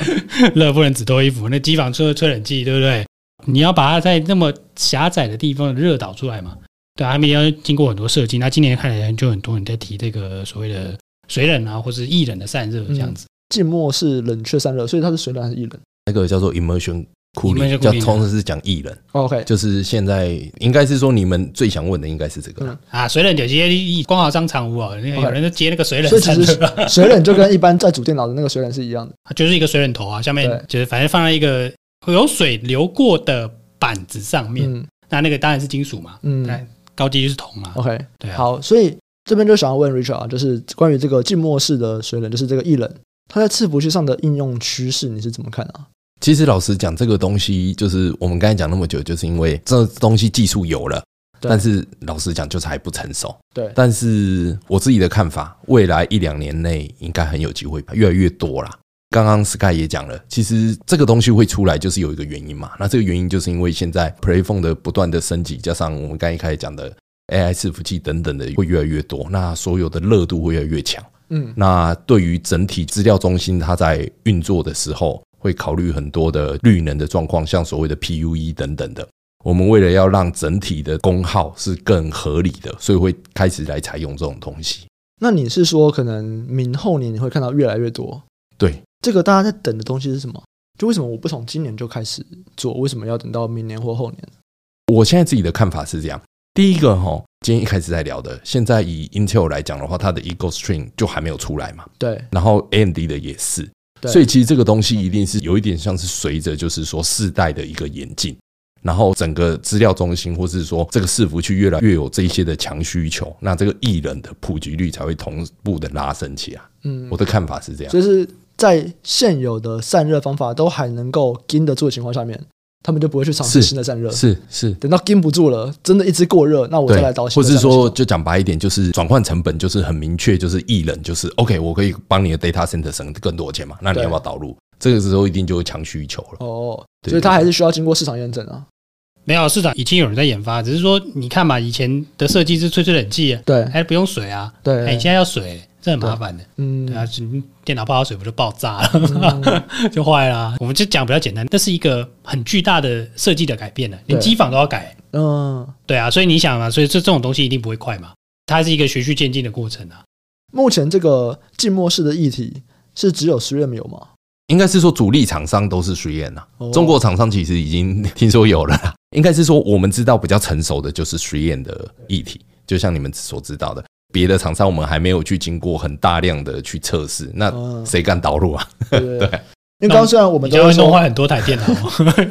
Speaker 2: 热不能只脱衣服，那机房吹吹冷气，对不对？你要把它在那么狭窄的地方热导出来嘛？对啊，他们也要经过很多设计。那今年看来就很多人在提这个所谓的水冷啊，或是异冷的散热这样子。
Speaker 1: 静默是冷却散热，所以它是水冷还是液冷
Speaker 3: 那个叫做 immersion
Speaker 2: Immersion
Speaker 3: cooling，
Speaker 2: cooling
Speaker 3: 叫通常是讲艺人，
Speaker 1: 哦？OK，
Speaker 3: 就是现在应该是说你们最想问的应该是这
Speaker 1: 嗯
Speaker 3: 个啦。
Speaker 2: 啊，水冷有些光华商场屋哦，那个有人就接那个水
Speaker 1: 所
Speaker 2: 冷
Speaker 1: 以其
Speaker 2: 散
Speaker 1: 实
Speaker 2: 热啊，
Speaker 1: 水冷就跟一般在主电脑的那个水冷是一样的。
Speaker 2: 就是一个水冷头啊，下面
Speaker 1: 对
Speaker 2: 就是反正放在一个有水流过的板子上 面，
Speaker 1: 嗯
Speaker 2: 那那个当然是金属嘛，
Speaker 1: 嗯哦
Speaker 2: 对高级就是铜嘛，
Speaker 1: ，OK，
Speaker 2: 对啊。
Speaker 1: 好，所以这边就想要问 Richard 啊，就是关于这个静默式的水冷，就是这个液冷，它在伺服器上的应用趋势，你是怎么看啊？
Speaker 3: 其实老实讲，这个东西就是我们刚才讲那么久，就是因为这东西技术有了，
Speaker 1: 对
Speaker 3: 但是老实讲就是还不成熟。
Speaker 1: 对，
Speaker 3: 但是我自己的看法，未来一两年内应该很有机会吧，越来越多啦。刚刚 Sky 也讲了，其实这个东西会出来就是有一个原因嘛。那这个原因就是因为现在 Playphone 的不断的升级，加上我们刚一开始讲的 AI 伺服器等等的会越来越多，那所有的热度会越来越强。
Speaker 1: 嗯
Speaker 3: 那对于整体资料中心，它在运作的时候，会考虑很多的绿能的状况，像所谓的 PUE 等等的。我们为了要让整体的功耗是更合理的，所以会开始来采用这种东西。
Speaker 1: 那你是说，可能明后年你会看到越来越多？
Speaker 3: 对，
Speaker 1: 这个大家在等的东西是什么？就为什么我不从今年就开始做？为什么要等到明年或后年？
Speaker 3: 我现在自己的看法是这样：第一个哈，今天一开始在聊的，现在以 Intel 来讲的话，它的 Eagle Stream 就还没有出来嘛，
Speaker 1: 对，
Speaker 3: 然后 AMD 的也是。
Speaker 1: 对
Speaker 3: 所以其实这个东西一定是有一点像是随着就是说世代的一个演进，然后整个资料中心或是说这个伺服器越来越有这一些的强需求，那这个艺人的普及率才会同步的拉升起来。
Speaker 1: 嗯
Speaker 3: 我，的看法是这样，
Speaker 1: 就是在现有的散热方法都还能够经得住的情况下面，他们就不会去尝试
Speaker 3: 是
Speaker 1: 新的散热。
Speaker 3: 是是。
Speaker 1: 等到经不住了，真的一直过热，那我
Speaker 3: 对
Speaker 1: 再来，导新
Speaker 3: 或
Speaker 1: 的散
Speaker 3: 是
Speaker 1: 热系统。
Speaker 3: 说，就讲白一点，就是转换成本就是很明确，就是艺人就是 OK，我可以帮你的 data center 省更多钱嘛？那你
Speaker 1: 对
Speaker 3: 要不要导入？这个时候一定就会强需求了。
Speaker 1: 哦，
Speaker 3: 对
Speaker 1: 所以它
Speaker 3: 对
Speaker 1: 还是需要经过市场验证啊。
Speaker 2: 没有市场已经有人在研发，只是说你看嘛，以前的设计是吹吹冷气，
Speaker 1: 对
Speaker 2: 还不用水啊，
Speaker 1: 对，
Speaker 2: 哎，你现在要水，这很麻烦的。
Speaker 1: 嗯
Speaker 2: 对啊，你电脑泡好水不就爆炸了，
Speaker 1: 嗯
Speaker 2: 就坏了啊。我们就讲比较简单，这是一个很巨大的设计的改变了，连
Speaker 1: 对
Speaker 2: 机房都要改。
Speaker 1: 嗯，
Speaker 2: 对啊，所以你想嘛，所以这这种东西一定不会快嘛，它是一个循序渐进的过程啊。
Speaker 1: 目前这个静默式的议题是只有 3M 有吗？
Speaker 3: 应该是说主力厂商都是 3M 啊，
Speaker 1: 哦
Speaker 3: 中国厂商其实已经 听说有了啦。应该是说我们知道比较成熟的就是 3M 的议题，就像你们所知道的，别的厂商我们还没有去经过很大量的去测试，那
Speaker 1: 嗯
Speaker 3: 谁敢导入啊？
Speaker 1: 对对 对，因为刚刚虽然我们
Speaker 2: 你
Speaker 1: 都
Speaker 2: 就
Speaker 1: 在
Speaker 2: 会弄
Speaker 1: 说，
Speaker 2: 坏很多台电脑，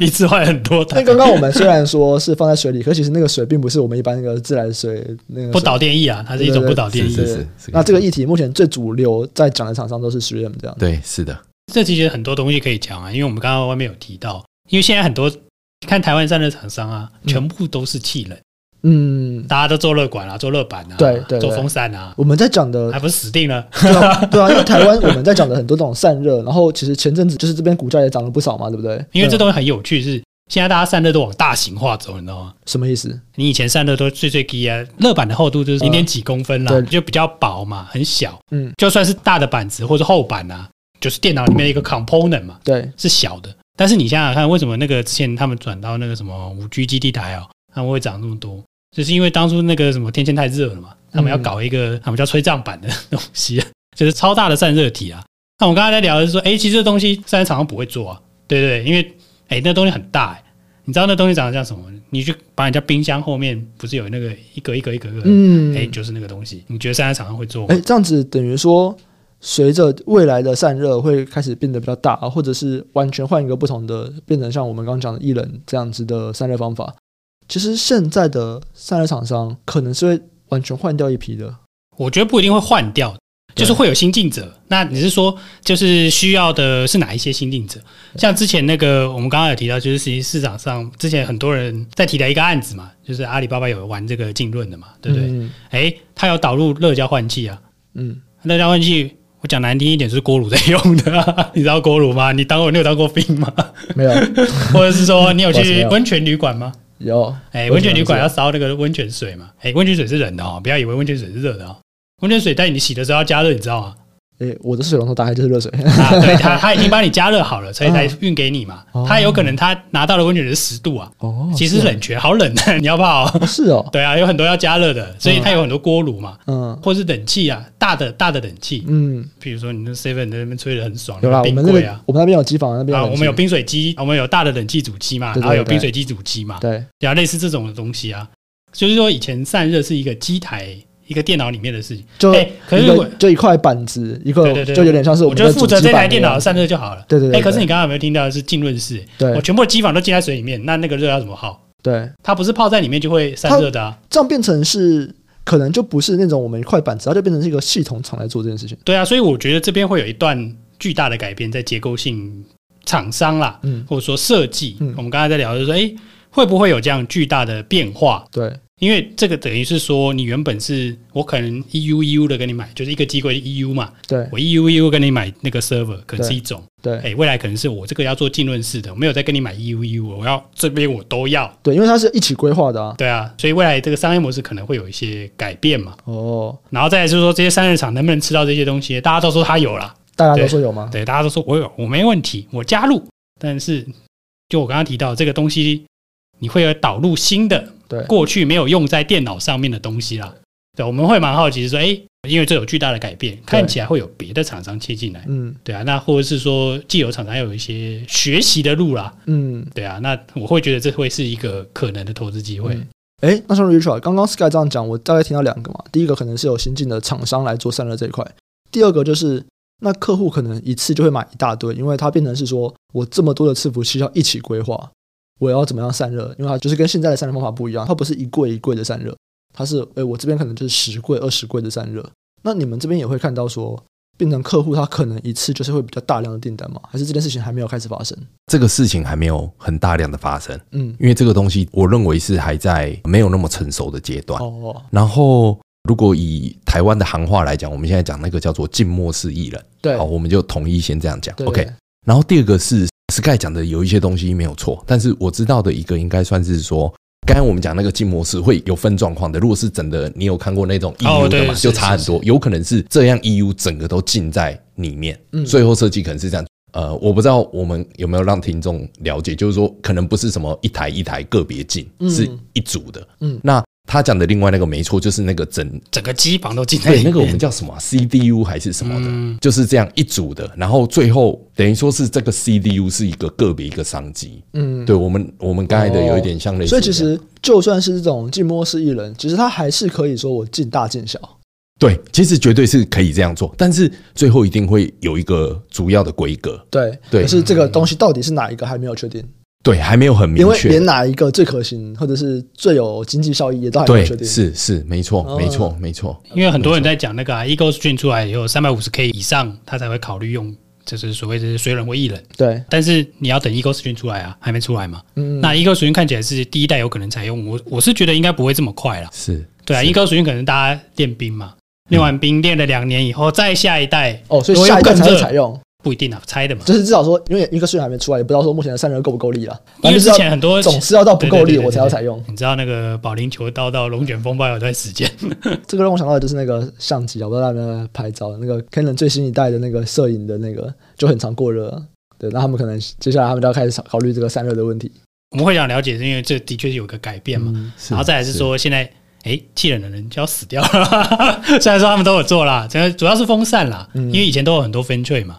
Speaker 2: 一次坏很多
Speaker 1: 因为
Speaker 2: 台，
Speaker 1: 刚刚我们虽然说是放在水里，可其实那个水并不是我们一般那个自来水那个水
Speaker 2: 不导电意啊，它是一种不导电
Speaker 3: 是
Speaker 2: 意。
Speaker 3: 是是
Speaker 1: 对
Speaker 3: 是，
Speaker 1: 那这个议题目前最主流在讲的厂商都是 3M 这样。
Speaker 3: 对是的，
Speaker 2: 这其实很多东西可以讲啊，因为我们刚刚外面有提到，因为现在很多看台湾散热厂商啊，
Speaker 1: 嗯
Speaker 2: 全部都是气冷，
Speaker 1: 嗯，
Speaker 2: 大家都做热管啊，做热板啊，
Speaker 1: 对对对
Speaker 2: 做风扇啊，
Speaker 1: 我们在讲的
Speaker 2: 还不是死定了？
Speaker 1: 对啊，对啊，因为台湾我们在讲的很多这种散热，然后其实前阵子就是这边股价也涨了不少嘛，对不对？
Speaker 2: 因为这
Speaker 1: 都
Speaker 2: 东西很有趣是，现在大家散热都往大型化走，你知道吗？
Speaker 1: 什么意思？
Speaker 2: 你以前散热都最最低啊，热板的厚度就是
Speaker 1: 嗯
Speaker 2: 零点几公分啦、
Speaker 1: 对
Speaker 2: 就比较薄嘛，很小。
Speaker 1: 嗯，
Speaker 2: 就算是大的板子或者厚板啊，就是电脑里面的一个 component 嘛，
Speaker 1: 对，
Speaker 2: 是小的。但是你想想看，为什么那个之前他们转到那个什么五 G 基地台哦，他们会涨那么多？就是因为当初那个什么天线太热了嘛，他们要搞一个他们叫吹胀板的 东西，就是超大的散热体啊。那我刚才在聊的是说，哎、其实这东西散热厂商不会做啊，对对对，因为哎、诶那东西很大、诶你知道那东西长得像什么？你去把人家冰箱后面不是有那个一格一格一格一格，哎、
Speaker 1: 嗯，
Speaker 2: 就是那个东西。你觉得散热厂商会做吗？
Speaker 1: 哎，这样子等于说，随着未来的散热会开始变得比较大，或者是完全换一个不同的，变成像我们刚刚讲的一冷这样子的散热方法。其实现在的散热厂商可能是会完全换掉一批的，
Speaker 2: 我觉得不一定会换掉，
Speaker 1: 对
Speaker 2: 就是会有新进者。那你是说，就是需要的是哪一些新进者？像之前那个，我们刚刚有提到，就是实际市场上之前很多人在提的一个案子嘛，就是阿里巴巴有玩这个浸润的嘛，对不对？
Speaker 1: 嗯
Speaker 2: 诶，他有导入热交换器啊，
Speaker 1: 嗯，
Speaker 2: 热交换器。我讲难听一点，就是锅炉在用的啊、 你知道锅炉吗？你当过你有当过兵 吗？
Speaker 1: 没有
Speaker 2: 或者是说你有
Speaker 1: 我知
Speaker 2: 去
Speaker 1: 道
Speaker 2: 温泉旅馆吗？
Speaker 1: 有，
Speaker 2: 哎、温泉旅馆
Speaker 1: 我
Speaker 2: 要
Speaker 1: 知
Speaker 2: 烧那个温泉水嘛？哎、温泉水是冷的哦，不要以为温泉水是热的哦。温泉水在你洗的时候要加热，你知道吗？
Speaker 1: 哎，我的水龙头打开就是热水，
Speaker 2: 啊，对，它它已经帮你加热好了，所以才运给你嘛
Speaker 1: 嗯哦。
Speaker 2: 它有可能它拿到的温泉水是十度啊，
Speaker 1: 哦
Speaker 2: 其实冷却好冷的，你要不要？
Speaker 1: 是哦，
Speaker 2: 对啊，有很多要加热的，所以它有很多锅炉嘛，
Speaker 1: 嗯
Speaker 2: 或是冷气啊，大的大的冷气，
Speaker 1: 嗯。
Speaker 2: 比如说你那 seven 在那边吹的很爽，
Speaker 1: 有啦，我
Speaker 2: 冰
Speaker 1: 们那
Speaker 2: 柜
Speaker 1: 个
Speaker 2: 啊。
Speaker 1: 我们那边有机房，那边
Speaker 2: 啊，
Speaker 1: 冷
Speaker 2: 我
Speaker 1: 气
Speaker 2: 们有冰水机，我们有大的冷气主机嘛，
Speaker 1: 对对
Speaker 2: 然后有
Speaker 1: 对
Speaker 2: 冰水机主机嘛，
Speaker 1: 对，
Speaker 2: 对啊，类似这种的东西啊，就是说以前散热是一个机台、一个电脑里面的事情，
Speaker 1: 就
Speaker 2: 哎可是
Speaker 1: 一个
Speaker 2: 我
Speaker 1: 就一块板子，一个
Speaker 2: 对对对
Speaker 1: 就有点像是
Speaker 2: 我
Speaker 1: 们
Speaker 2: 就
Speaker 1: 的
Speaker 2: 负责
Speaker 1: 主
Speaker 2: 这
Speaker 1: 机板
Speaker 2: 台电脑
Speaker 1: 一
Speaker 2: 的
Speaker 1: 样
Speaker 2: 散热就好了。
Speaker 1: 对对对
Speaker 2: 哎，可是
Speaker 1: 对
Speaker 2: 你刚刚有没有听到的是浸润式？我
Speaker 1: 对
Speaker 2: 哦全部的机房都浸在水里面，那那个热要怎么耗？
Speaker 1: 对，
Speaker 2: 它不是泡在里面就会散热的啊。
Speaker 1: 这样变成是可能就不是那种我们一块板子，它就变成是一个系统厂来做这件事情。
Speaker 2: 对啊，所以我觉得这边会有一段巨大的改变在结构性厂商啦，
Speaker 1: 嗯，
Speaker 2: 或者说设计。
Speaker 1: 嗯
Speaker 2: 我们刚才在聊就是说，哎，会不会有这样巨大的变化？
Speaker 1: 对，
Speaker 2: 因为这个等于是说，你原本是我可能 E EU EU 的跟你买，就是一个机柜的 EU 嘛，
Speaker 1: 对，
Speaker 2: 我 E EU EU 跟你买那个 server 可能是一种，
Speaker 1: 对，
Speaker 2: 哎，未来可能是我这个要做浸润式的，我没有再跟你买 E EU EU，我要这边我都要。
Speaker 1: 对，因为它是一起规划的啊。
Speaker 2: 对啊，所以未来这个商业模式可能会有一些改变嘛。
Speaker 1: 哦，
Speaker 2: 然后再来就是说，这些散热厂能不能吃到这些东西，大家都说他有啦，
Speaker 1: 大家都说有吗？
Speaker 2: 对，大家都说我有，我没问题，我加入。但是就我刚刚提到这个东西，你会有导入新的
Speaker 1: 对，嗯
Speaker 2: 过去没有用在电脑上面的东西啦。对，我们会蛮好奇说，诶，因为这有巨大的改变，看起来会有别的厂商切进来。
Speaker 1: 嗯
Speaker 2: 对啊，那或者是说，既有厂商有一些学习的路啦，
Speaker 1: 嗯，
Speaker 2: 对啊，那我会觉得这会是一个可能的投资机会。
Speaker 1: 嗯哎，那像 Richard 刚刚 Sky 这样讲，我大概听到两个嘛。第一个可能是有新进的厂商来做散热这一块，第二个就是那客户可能一次就会买一大堆，因为它变成是说我这么多的伺服器要一起规划，我要怎么样散热？因为它就是跟现在的散热方法不一样，它不是一柜一柜的散热，它是诶、我这边可能就是十柜、二十柜的散热。那你们这边也会看到说，变成客户他可能一次就是会比较大量的订单嘛？还是这件事情还没有开始发生？
Speaker 3: 这个事情还没有很大量的发生，
Speaker 1: 嗯，
Speaker 3: 因为这个东西我认为是还在没有那么成熟的阶段。
Speaker 1: 哦，
Speaker 3: 然后，如果以台湾的行话来讲，我们现在讲那个叫做静默式艺人，
Speaker 1: 对
Speaker 3: 好，我们就统一先这样讲。
Speaker 1: 对
Speaker 3: OK，然后第二个是 Sky 讲的有一些东西没有错，但是我知道的一个应该算是说，刚才我们讲那个静默式会有分状况的。如果是整的，你有看过那种 EU 的
Speaker 2: 哦对
Speaker 3: 嘛，
Speaker 2: 是
Speaker 3: 就差很多
Speaker 2: 是，
Speaker 3: 有可能是这样 EU 整个都浸在里面，
Speaker 1: 嗯
Speaker 3: 最后设计可能是这样。呃，我不知道我们有没有让听众了解，就是说，可能不是什么一台一台个别进，
Speaker 1: 嗯
Speaker 3: 是一组的。
Speaker 1: 嗯
Speaker 3: 那他讲的另外那个没错，就是那个整
Speaker 2: 整个机房都进在里
Speaker 3: 对
Speaker 2: 面
Speaker 3: 那个我们叫什么啊 CDU 还是什么的，
Speaker 2: 嗯
Speaker 3: 就是这样一组的。然后最后等于说是这个 CDU 是一个个别一个商机。
Speaker 1: 嗯，
Speaker 3: 对我们我们刚才的有一点像类似这
Speaker 1: 哦所
Speaker 3: 样，
Speaker 1: 以其实就算是这种静默式艺人，其实他还是可以说我进大进小。
Speaker 3: 对，其实绝对是可以这样做，但是最后一定会有一个主要的规格，
Speaker 1: 对，
Speaker 3: 对
Speaker 1: 可是这个东西到底是哪一个还没有确定，
Speaker 3: 对，还没有很嗯明
Speaker 1: 因为
Speaker 3: 确
Speaker 1: 连。哪一个最可行或者是最有经济效益也都还没有
Speaker 3: 对
Speaker 1: 确，定。，
Speaker 3: 是是，没错，
Speaker 1: 哦
Speaker 3: 没错，没错。
Speaker 2: 因为很多人在讲那个、啊、Eagle Stream 出来以后，三百五十 K 以上，他才会考虑用，就是所谓的水冷或艺冷。
Speaker 1: 对，
Speaker 2: 但是你要等 Eagle Stream 出来啊，还没出来嘛。
Speaker 1: 嗯，
Speaker 2: 那 Eagle Stream 看起来是第一代有可能采用，我我是觉得应该不会这么快啦。
Speaker 3: 是，
Speaker 2: 对啊
Speaker 3: 是嗯
Speaker 2: ，Eagle Stream 可能大家练兵嘛，练完兵练了两年以后，再下一代
Speaker 1: 哦，所以
Speaker 2: 如果
Speaker 1: 下一代
Speaker 2: 更
Speaker 1: 才会
Speaker 2: 热
Speaker 1: 采用，
Speaker 2: 不一定啊，猜的嘛。
Speaker 1: 就是至少说，因为一个数量还没出来，也不知道说目前的散热够不够力了。
Speaker 2: 因
Speaker 1: 反正就
Speaker 2: 为
Speaker 1: 是
Speaker 2: 之
Speaker 1: 要
Speaker 2: 前很多
Speaker 1: 总是要到不够
Speaker 2: 对对
Speaker 1: 力
Speaker 2: 对对
Speaker 1: 我才要采用。
Speaker 2: 你知道那个保龄球到到龙卷风暴有段时间，
Speaker 1: 这个让我想到的就是那个相机啊，我不知道大家拍照，那个 Canon 最新一代的那个摄影的那个就很常过热。对，那他们可能接下来他们就要开始考虑这个散热的问题。
Speaker 2: 我们会想了解，是因为这的确是有个改变嘛。
Speaker 1: 嗯
Speaker 2: 然后再来是说，现在哎，气冷的人就要死掉了。 虽然说他们都有做啦，主要主要是风扇啦，
Speaker 1: 嗯
Speaker 2: 因为以前都有很多分翠嘛，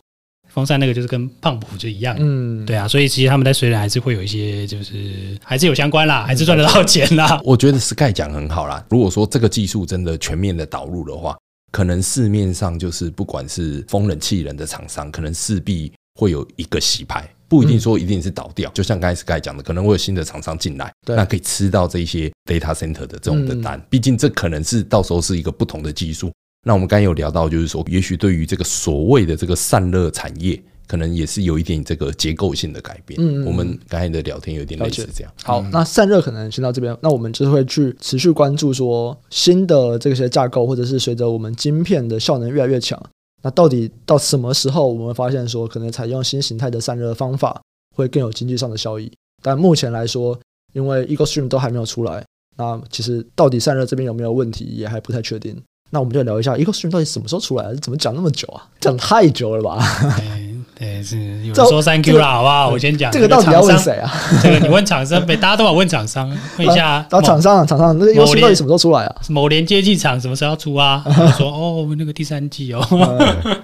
Speaker 2: 风扇那个就是跟胖虎就一样。
Speaker 1: 嗯，
Speaker 2: 对啊，所以其实他们在水冷还是会有一些，就是还是有相关
Speaker 1: 嗯
Speaker 2: 啦，还是赚得到钱啦。
Speaker 3: 我觉得 Sky 讲很好啦。如果说这个技术真的全面的导入的话，可能市面上就是不管是风冷气冷的厂商，可能势必会有一个洗牌，不一定说一定是倒掉。就像刚才 Sky 讲的，可能会有新的厂商进来，
Speaker 1: 嗯对嗯
Speaker 3: 那可以吃到这一些 data center 的这种的单。毕竟这可能是到时候是一个不同的技术。那我们刚才有聊到，就是说，也许对于这个所谓的这个散热产业，可能也是有一点这个结构性的改变。
Speaker 1: 嗯嗯嗯
Speaker 3: 我们刚才的聊天有点类似这样。
Speaker 2: 嗯
Speaker 1: 好，那散热可能先到这边，那我们就是会去持续关注说新的这些架构，或者是随着我们晶片的效能越来越强，那到底到什么时候我们会发现说可能采用新形态的散热方法会更有经济上的效益？但目前来说，因为 EcoStream 都还没有出来，那其实到底散热这边有没有问题也还不太确定。那我们就聊一下 EcoStream 到底什么时候出来，怎么讲那么久啊？讲太久了吧？
Speaker 2: 对哎对，是有人
Speaker 1: 这
Speaker 2: 说 thank you 啦，好不好？我先 讲
Speaker 1: 这个到底要
Speaker 2: 厂
Speaker 1: 问
Speaker 2: 商
Speaker 1: 谁啊？
Speaker 2: 这个你问厂商呗，大家都要问厂商，问一 下
Speaker 1: 然后厂商啊，厂商那个 EcoStream
Speaker 2: 连
Speaker 1: 到底什么时候出来啊？
Speaker 2: 某某连接器厂什么时候要 出啊？我说哦，那个第三季哦，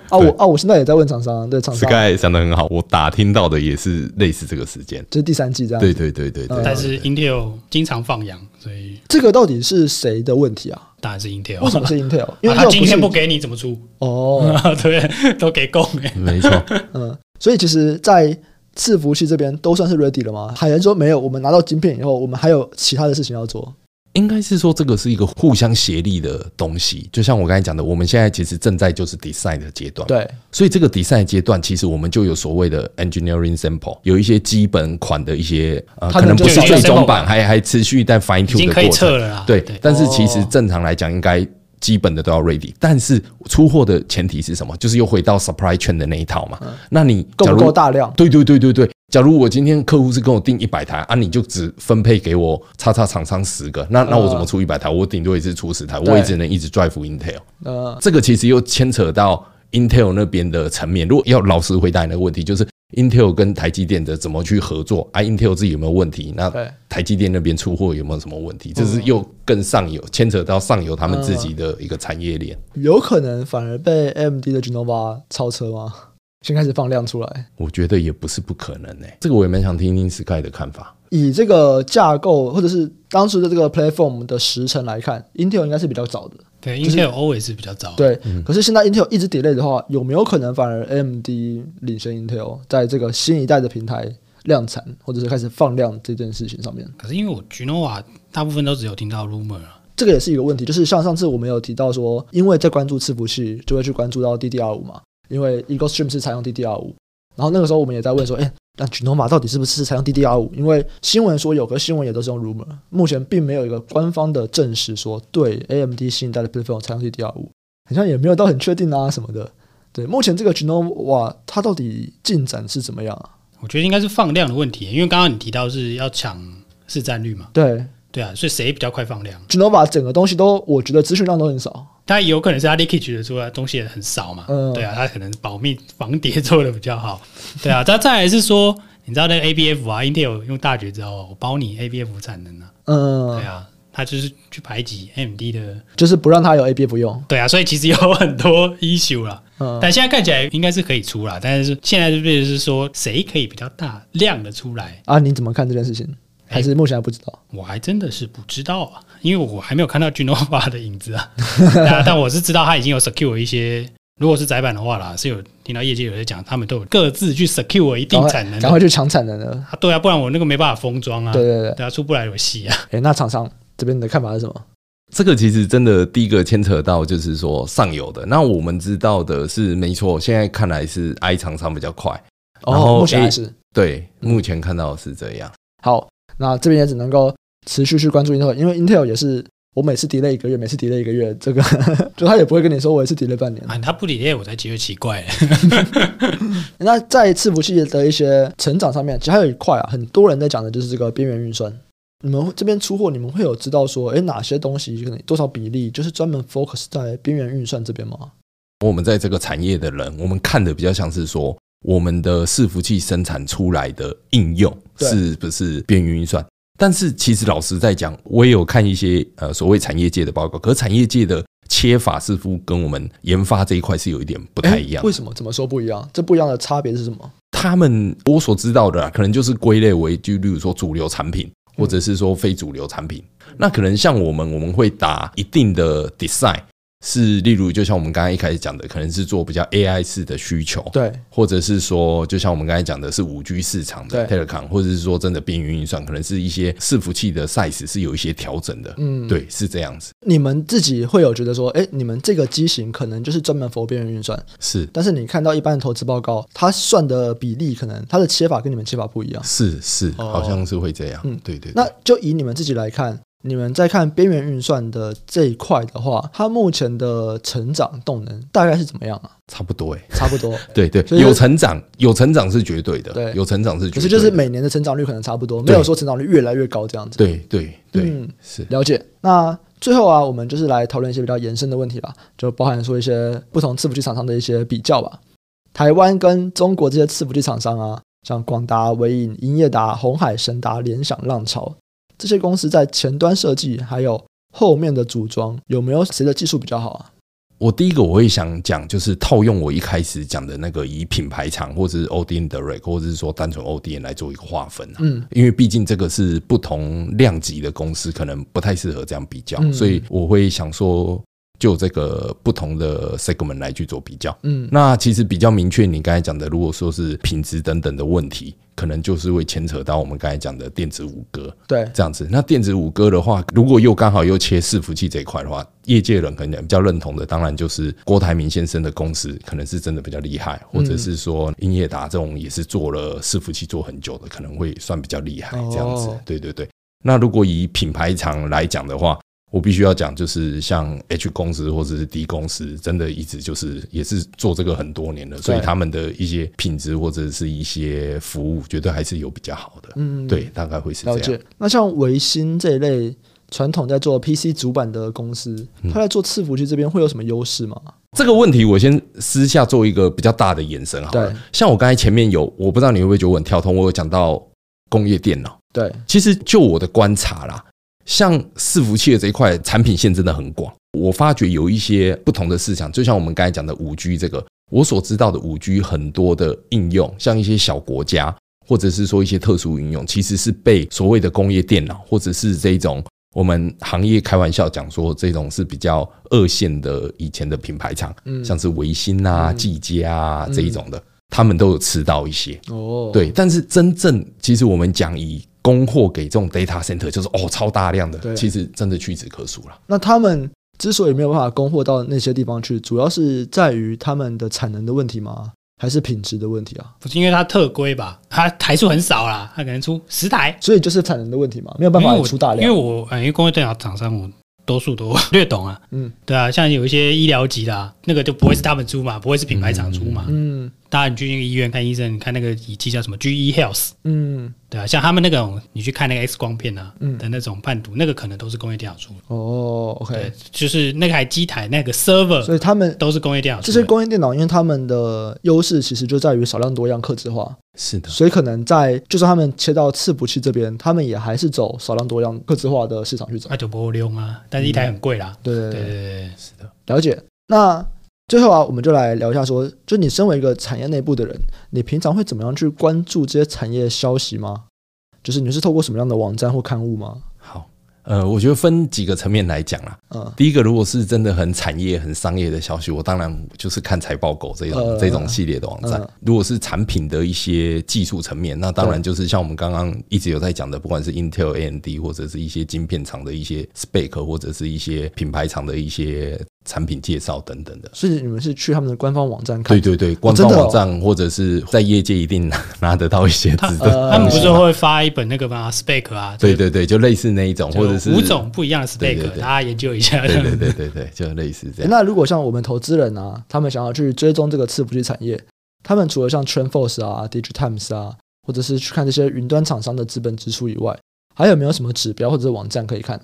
Speaker 1: 啊，我啊，我现在也在问厂商，对厂商，
Speaker 3: Sky 讲的很好，我打听到的也是类似这个时间。
Speaker 1: 就是第三季这样。
Speaker 3: 对，对对对对，
Speaker 1: 嗯
Speaker 2: 但是 Intel 经常放羊，所以
Speaker 1: 这个到底是谁的问题啊？
Speaker 2: 当然是 Intel。
Speaker 1: 为什么是 Intel？因为
Speaker 2: 啊他
Speaker 1: Intel
Speaker 2: 今天不
Speaker 1: 是
Speaker 2: 给你怎么出？
Speaker 1: 哦，
Speaker 2: 对，都给 供哎、
Speaker 3: 没错，
Speaker 1: 嗯，所以其实，在伺服器这边都算是 ready 了吗？海人说没有，我们拿到晶片以后，我们还有其他的事情要做。
Speaker 3: 应该是说这个是一个互相协力的东西。就像我刚才讲的，我们现在其实正在就是 design 的阶段，，
Speaker 1: 对，
Speaker 3: 所以这个 design 阶段，其实我们就有所谓的 engineering sample，有一些基本款的一些呃，
Speaker 1: 它
Speaker 3: 可能
Speaker 1: 可能
Speaker 3: 不是
Speaker 1: 就有
Speaker 3: 最
Speaker 2: sample
Speaker 3: 终
Speaker 2: 版
Speaker 3: 版，还还持续在 fine
Speaker 2: 已
Speaker 3: tune
Speaker 2: 经
Speaker 3: 的
Speaker 2: 可以
Speaker 3: 过程
Speaker 2: 测。了啦。
Speaker 3: 对，但是
Speaker 1: 哦
Speaker 3: 其实正常来讲，应该基本的都要 ready。但是出货的前提是什么？就是又回到 supply chain 的那一套嘛。那你
Speaker 1: 嗯够
Speaker 3: 假
Speaker 1: 不
Speaker 3: 如
Speaker 1: 够大量？
Speaker 3: 对对对对对，假如我今天客户是跟我订一百台啊，你就只分配给我叉叉厂商十个，那那我怎么出一百台？我顶多也是出十台，
Speaker 1: 啊对
Speaker 3: 我也只能一直 drive Intel。
Speaker 1: 呃，
Speaker 3: 这个其实又牵扯到 Intel 那边的层面。如果要老实回答你那个问题，就是 Intel 跟台积电的怎么去合作啊？Intel 自己有没有问题？那
Speaker 1: 对嗯
Speaker 3: 台积电那边出货有没有什么问题？这是又更上游，牵扯到上游他们自己的一个产业链。
Speaker 1: 有可能反而被 AMD 的 Genova 超车吗？先开始放量出来。
Speaker 3: 我觉得也不是不可能呢、这个我也蛮想听听 Sky 的看法。
Speaker 1: 以这个架构或者是当初的这个 platform 的时程来看，Intel 应该是比较早的。
Speaker 2: 对
Speaker 1: 就是
Speaker 2: ，Intel always 比较早。
Speaker 1: 对，
Speaker 3: 嗯
Speaker 1: 可是现在 Intel 一直 delay 的话，有没有可能反而 AMD 领先 Intel 在这个新一代的平台量产，或者是开始放量这件事情上面？
Speaker 2: 可是因为我 Genoa 大部分都只有听到 rumor 啊，
Speaker 1: 这个也是一个问题，就是像上次我们有提到说，因为在关注伺服器，就会去关注到 DDR 五嘛，因为 Eagle Stream 是采用 DDR 五，然后那个时候我们也在问说，哎，那 Genoma 到底是不是采用 DDR 五？因为新闻说有，可是新闻也都是用 rumor，目前并没有一个官方的证实说对 AMD 新一代的 platform 采用 DDR 五，好像也没有到很确定啊什么的。对，目前这个 Genoma 它到底进展是怎么样啊？
Speaker 2: 我觉得应该是放量的问题，因为刚刚你提到是要抢市占率嘛，
Speaker 1: 对
Speaker 2: 对啊，所以谁比较快放量？
Speaker 1: ，Genoma 整个东西都，我觉得资讯量都很少。
Speaker 2: 它有可能是它 leakage 的出来东西也很少嘛，
Speaker 1: 嗯
Speaker 2: 对啊，它可能保密防谍做的比较好，对啊， 它再来是说，你知道那个 ABF 啊，Intel 用大绝招，我包你 ABF 产能啊，
Speaker 1: 嗯
Speaker 2: 对，啊，它就是去排挤 AMD 的，
Speaker 1: 就是不让它有 ABF 用。
Speaker 2: 对啊，所以其实有很多 issue 啦，
Speaker 1: 嗯，
Speaker 2: 但现在看起来应该是可以出啦，但是现在就是说谁可以比较大量的出来，
Speaker 1: 啊，你怎么看这件事情？
Speaker 2: 哎
Speaker 1: 还是目前还不知道？
Speaker 2: 我还真的是不知道啊，因为我还没有看到 Genova 的影 子啊。对啊，但我是知道他已经有 secure 一些，如果是窄板的话啦，是有听到业界有人讲，他们都有各自去 secure 一定
Speaker 1: 赶快
Speaker 2: 产能
Speaker 1: 赶
Speaker 2: 的。
Speaker 1: 快去抢产能了。
Speaker 2: 啊，对啊，不然我那个没办法封装啊。
Speaker 1: 对对对，
Speaker 2: 对啊，出不来有戏啊。
Speaker 1: 哎，那厂商这边你的看法是什么？
Speaker 3: 这个其实真的第一个牵扯到就是说上游的，那我们知道的是没错，现在看来是 I 厂商比较快，然
Speaker 1: 哦，
Speaker 3: 后
Speaker 1: 目前还
Speaker 3: A-
Speaker 1: 是
Speaker 3: 对，
Speaker 1: 嗯
Speaker 3: 目前看到的是这样，
Speaker 1: 好。那这边也只能够持续去关注 Intel，因为 Intel 也是我每次 delay 一个月，每次 delay 一个月，这个 就他也不会跟你说我一次 delay 半年。
Speaker 2: 啊，他不理解我才觉得奇怪。
Speaker 1: 那在伺服器的一些成长上面，其实还有一块啊，很多人在讲的就是这个边缘运算。你们这边出货，你们会有知道说，哎，哪些东西可能多少比例，就是专门 focus 在边缘运算这边吗？
Speaker 3: 我们在这个产业的人，我们看的比较像是说，我们的伺服器生产出来的应用
Speaker 1: 对
Speaker 3: 是不是边缘运算？但是其实老实在讲，我也有看一些呃所谓产业界的报告，可是产业界的切法似乎跟我们研发这一块是有一点不太一样
Speaker 1: 诶。哎为什么？怎么说不一样？这不一样的差别是什么？
Speaker 3: 他们我所知道的啦，可能就是归类为，就例如说主流产品，或者是说非主流产品。那可能像我们，我们会打一定的 design，是例如就像我们刚刚一开始讲的，可能是做比较 AI 式的需求，
Speaker 1: 对，
Speaker 3: 或者是说，就像我们刚才讲的，是五 G 市场的
Speaker 1: 对
Speaker 3: telecom，或者是说真的边缘运算，可能是一些伺服器的 size 是有一些调整的。
Speaker 1: 嗯，
Speaker 3: 对，是这样子，
Speaker 1: 你们自己会有觉得说，哎，你们这个机型可能就是专门 for 边缘运算，
Speaker 3: 是
Speaker 1: 但是你看到一般的投资报告，它算的比例可能它的切法跟你们切法不一样。
Speaker 3: 是是，
Speaker 1: 哦
Speaker 3: 好像是会这样。
Speaker 1: 嗯
Speaker 3: 嗯，对对
Speaker 1: 那就以你们自己来看，你们在看边缘运算的这一块的话，它目前的成长动能大概是怎么样啊？
Speaker 3: 差不多哎、
Speaker 1: 差不多，
Speaker 3: 对对
Speaker 1: 所，以
Speaker 3: 有
Speaker 1: 就是
Speaker 3: 成长，有成长是绝对的，
Speaker 1: 对
Speaker 3: 有成长是
Speaker 1: 可
Speaker 3: 绝对
Speaker 1: 是
Speaker 3: 的。
Speaker 1: 就是每年的成长率可能差不多，没
Speaker 3: 对
Speaker 1: 有说成长率越来越高这样子。
Speaker 3: 对对对，
Speaker 1: 嗯，
Speaker 3: 是
Speaker 1: 了解。那最后啊，我们就是来讨论一些比较延伸的问题啦，就包含说一些不同伺服器厂商的一些比较吧。台湾跟中国这些伺服器厂商啊，像广达、微影、英业达、红海、神达、联想、浪潮这些公司在前端设计还有后面的组装，有没有谁的技术比较好啊？
Speaker 3: 我第一个我会想讲，就是套用我一开始讲的那个以品牌厂或者是 ODM direct，或者是说单纯 ODM 来做一个划分啊。
Speaker 1: 嗯，
Speaker 3: 因为毕竟这个是不同量级的公司，可能不太适合这样比较，
Speaker 1: 嗯
Speaker 3: 所以我会想说，就这个不同的 segment 来去做比较。
Speaker 1: 嗯，
Speaker 3: 那其实比较明确，你刚才讲的，如果说是品质等等的问题，可能就是会牵扯到我们刚才讲的电子五哥
Speaker 1: 对，
Speaker 3: 这样子。那电子五哥的话，如果又刚好又切伺服器这一块的话，业界人可能比较认同的，当然就是郭台铭先生的公司可能是真的比较厉害，或者是说英业达这种也是做了伺服器做很久的，可能会算比较厉害这样子
Speaker 1: 哦。
Speaker 3: 对对对。那如果以品牌厂来讲的话，我必须要讲，就是像 H 公司或者是 D 公司，真的一直就是也是做这个很多年了，所以他们的一些品质或者是一些服务，绝对还是有比较好的。
Speaker 1: 嗯，
Speaker 3: 对，，大概会是这
Speaker 1: 了
Speaker 3: 样。
Speaker 1: 解。那像维新这一类传统在做 PC 主板的公司，
Speaker 3: 嗯
Speaker 1: 它在做伺服器这边会有什么优势吗？
Speaker 3: 这个问题，我先私下做一个比较大的延伸好了
Speaker 1: 对。
Speaker 3: 像我刚才前面有，我不知道你会不会觉得我很跳通，我有讲到工业电脑。
Speaker 1: 对，
Speaker 3: 其实就我的观察啦，像伺服器的这一块产品线真的很广，我发觉有一些不同的市场，就像我们刚才讲的五 G 这个，我所知道的五 G 很多的应用，像一些小国家或者是说一些特殊应用，其实是被所谓的工业电脑或者是这种我们行业开玩笑讲说，这种是比较二线的以前的品牌厂，
Speaker 1: 嗯
Speaker 3: 像是维新啊、
Speaker 1: 嗯
Speaker 3: 技嘉啊这一种的，他们都有吃到一些。
Speaker 1: 哦，
Speaker 3: 对，但是真正其实我们讲以供货给这种 data center，就是哦超大量
Speaker 1: 对
Speaker 3: 的，其实真的屈指可数了。
Speaker 1: 那他们之所以没有办法供货到那些地方去，主要是在于他们的产能的问题吗？还是品质的问题啊？
Speaker 2: 不是因为它特规吧，它台数很少啦，它可能出十台，
Speaker 1: 所以就是产能的问题嘛，没有办
Speaker 2: 因为
Speaker 1: 法
Speaker 2: 我
Speaker 1: 出大
Speaker 2: 因为
Speaker 1: 量。
Speaker 2: 我呃因为工业电脑厂商我多数都略懂啊，
Speaker 1: 嗯
Speaker 2: 对啊，像有一些医疗级的、啊，那个就不会是他们出嘛，不会是品牌厂出嘛。
Speaker 1: 嗯
Speaker 2: 当然，你去那个医院看医生，你看那个仪器叫什么 GE Health，
Speaker 1: 嗯，
Speaker 2: 对啊，像他们那种你去看那个 X 光片啊
Speaker 1: 嗯
Speaker 2: 的那种判读，那个可能都是工业电脑出的，
Speaker 1: 哦，OK
Speaker 2: 对。，就是那台机台那个
Speaker 1: 所
Speaker 2: server
Speaker 1: 以他们
Speaker 2: 都是工业电脑出
Speaker 1: 这
Speaker 2: 的。
Speaker 1: 些工业电脑，因为他们的优势其实就在于少量多样、客制化，
Speaker 3: 是的，
Speaker 1: 所以可能在就算他们切到伺服器这边，他们也还是走少量多样、客制化的市场去走
Speaker 2: 那。就不够用啊，但是一台很贵啦。
Speaker 1: 对对
Speaker 2: 对
Speaker 1: 对嗯
Speaker 2: 对
Speaker 1: 对，
Speaker 2: 对对，
Speaker 3: 是的。
Speaker 1: 了解。那最后啊，我们就来聊一下说，就你身为一个产业内部的人，你平常会怎么样去关注这些产业消息吗？就是你是透过什么样的网站或刊物吗？
Speaker 3: 好，呃，我觉得分几个层面来讲啦。
Speaker 1: 嗯，
Speaker 3: 第一个，如果是真的很产业、很商业的消息，我当然就是看财报狗这种、
Speaker 1: 呃
Speaker 3: 这种系列的网站。
Speaker 1: 嗯
Speaker 3: 如果是产品的一些技术层面，那当然就是像我们刚刚一直有在讲的，不管是 Intel、AMD 或者是一些晶片厂的一些 spec，或者是一些品牌厂的一些产品介绍等等的。
Speaker 1: 所以你们是去他们的官方网站看？
Speaker 3: 对对对，官
Speaker 1: 真
Speaker 3: 方
Speaker 1: 的哦
Speaker 3: 网站或者是在业界一定 拿拿得到一些
Speaker 2: 他
Speaker 3: 值
Speaker 1: 呃
Speaker 3: 得。
Speaker 2: 他们不是会发一本那个吗？spec 啊，
Speaker 3: 啊对对对，就类似那一种，
Speaker 2: 就
Speaker 3: 或者是
Speaker 2: 五种不一样的 spec，
Speaker 3: 对对对
Speaker 2: 大家研究一下。
Speaker 3: 对对对对对，就类似
Speaker 1: 诶
Speaker 3: 这样。
Speaker 1: 那如果像我们投资人啊，他们想要去追踪这个伺服器产业，他们除了像 TrendForce 啊、DigiTimes 啊，或者是去看这些云端厂商的资本支出以外，还有没有什么指标或者是网站可以看呢、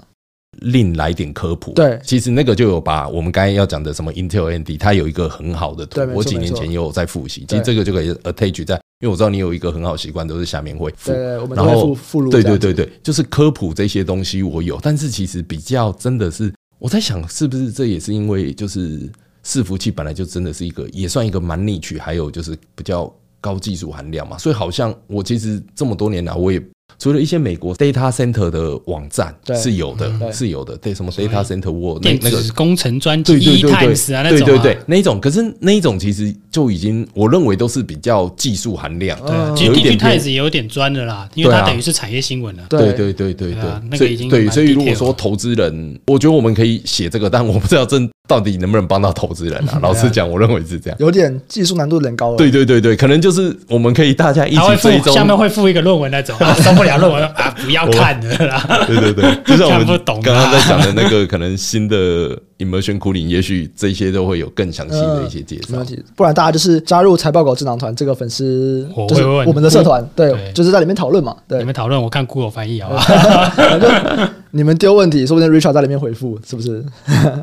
Speaker 3: 另来点科普。
Speaker 1: 对
Speaker 3: 其实那个就有把我们刚才要讲的什么 Intel AMD，它有一个很好的图
Speaker 1: 对没，错
Speaker 3: 我几年
Speaker 1: 没
Speaker 3: 前
Speaker 1: 错
Speaker 3: 也有在复习。其
Speaker 1: 对
Speaker 3: 实这个就可以 attach 在，因为我知道你有一个很好习惯，都是下面会附
Speaker 1: 对。对，我们都
Speaker 3: 然
Speaker 1: 会
Speaker 3: 后
Speaker 1: 附附录这
Speaker 3: 对
Speaker 1: 样
Speaker 3: 对
Speaker 1: 子。
Speaker 3: 对对，就是科普这些东西我有，但是其实比较真的是我在想，是不是这也是因为就是伺服器本来就真的是一个也算一个蛮 niche，还有就是比较高技术含量嘛，所以好像我其实这么多年来我也。除了一些美国 data center 的网站
Speaker 1: 对
Speaker 3: 是有
Speaker 2: 嗯
Speaker 1: 对
Speaker 3: 的，是有的，对什么
Speaker 2: 所以
Speaker 3: data center world 那
Speaker 2: 电
Speaker 3: 那个
Speaker 2: 子工程专辑
Speaker 3: 对对
Speaker 2: e
Speaker 3: 对
Speaker 2: times 啊那
Speaker 3: 对
Speaker 2: 种啊，
Speaker 3: 对对，那一种，可是那一种其实就已经我认为都是比较技术含量，
Speaker 1: 对啊
Speaker 2: 其实
Speaker 3: 呃有一
Speaker 2: DG
Speaker 3: 点
Speaker 2: times 也有点专的啦，因为
Speaker 3: 对啊
Speaker 2: 它等于是产业新闻了。
Speaker 1: 对
Speaker 3: 对对对对
Speaker 2: 对啊
Speaker 3: 对，
Speaker 2: 那个
Speaker 3: 所以
Speaker 2: 已经
Speaker 3: 对，
Speaker 2: 蛮
Speaker 3: 所以如果
Speaker 2: detail
Speaker 3: 说
Speaker 2: 了
Speaker 3: 投资人，我觉得我们可以写这个，但我不知道真到底能不能帮到投资人 啊。老实讲，我认为是这样。
Speaker 1: 有点技术难度有点高了。
Speaker 3: 对对对对，可能就是我们可以大家一
Speaker 2: 它会
Speaker 3: 起追
Speaker 2: 附
Speaker 3: 踪，
Speaker 2: 下面会附一个论文那种，啊受不了 论文啊，不要看了啦。
Speaker 3: 对对对，就像我
Speaker 2: 看不
Speaker 3: 们
Speaker 2: 懂啊
Speaker 3: 刚刚在讲的那个，可能新的 immersion cooling，也许这些都会有更详细的一些介
Speaker 1: 没
Speaker 3: 绍
Speaker 2: 嗯
Speaker 1: 问。题，不然大家就是加入财报狗智囊团这个粉丝，
Speaker 2: 我
Speaker 1: 就是
Speaker 2: 会问嗯
Speaker 1: 我们的社团，对，
Speaker 2: 对
Speaker 1: 就是在里面讨论嘛，
Speaker 2: 你
Speaker 1: 对，
Speaker 2: 们讨论，我看 Google 翻译好吧？
Speaker 1: 反正 你们丢问题，说不定 Richard 在里面回复，是不是？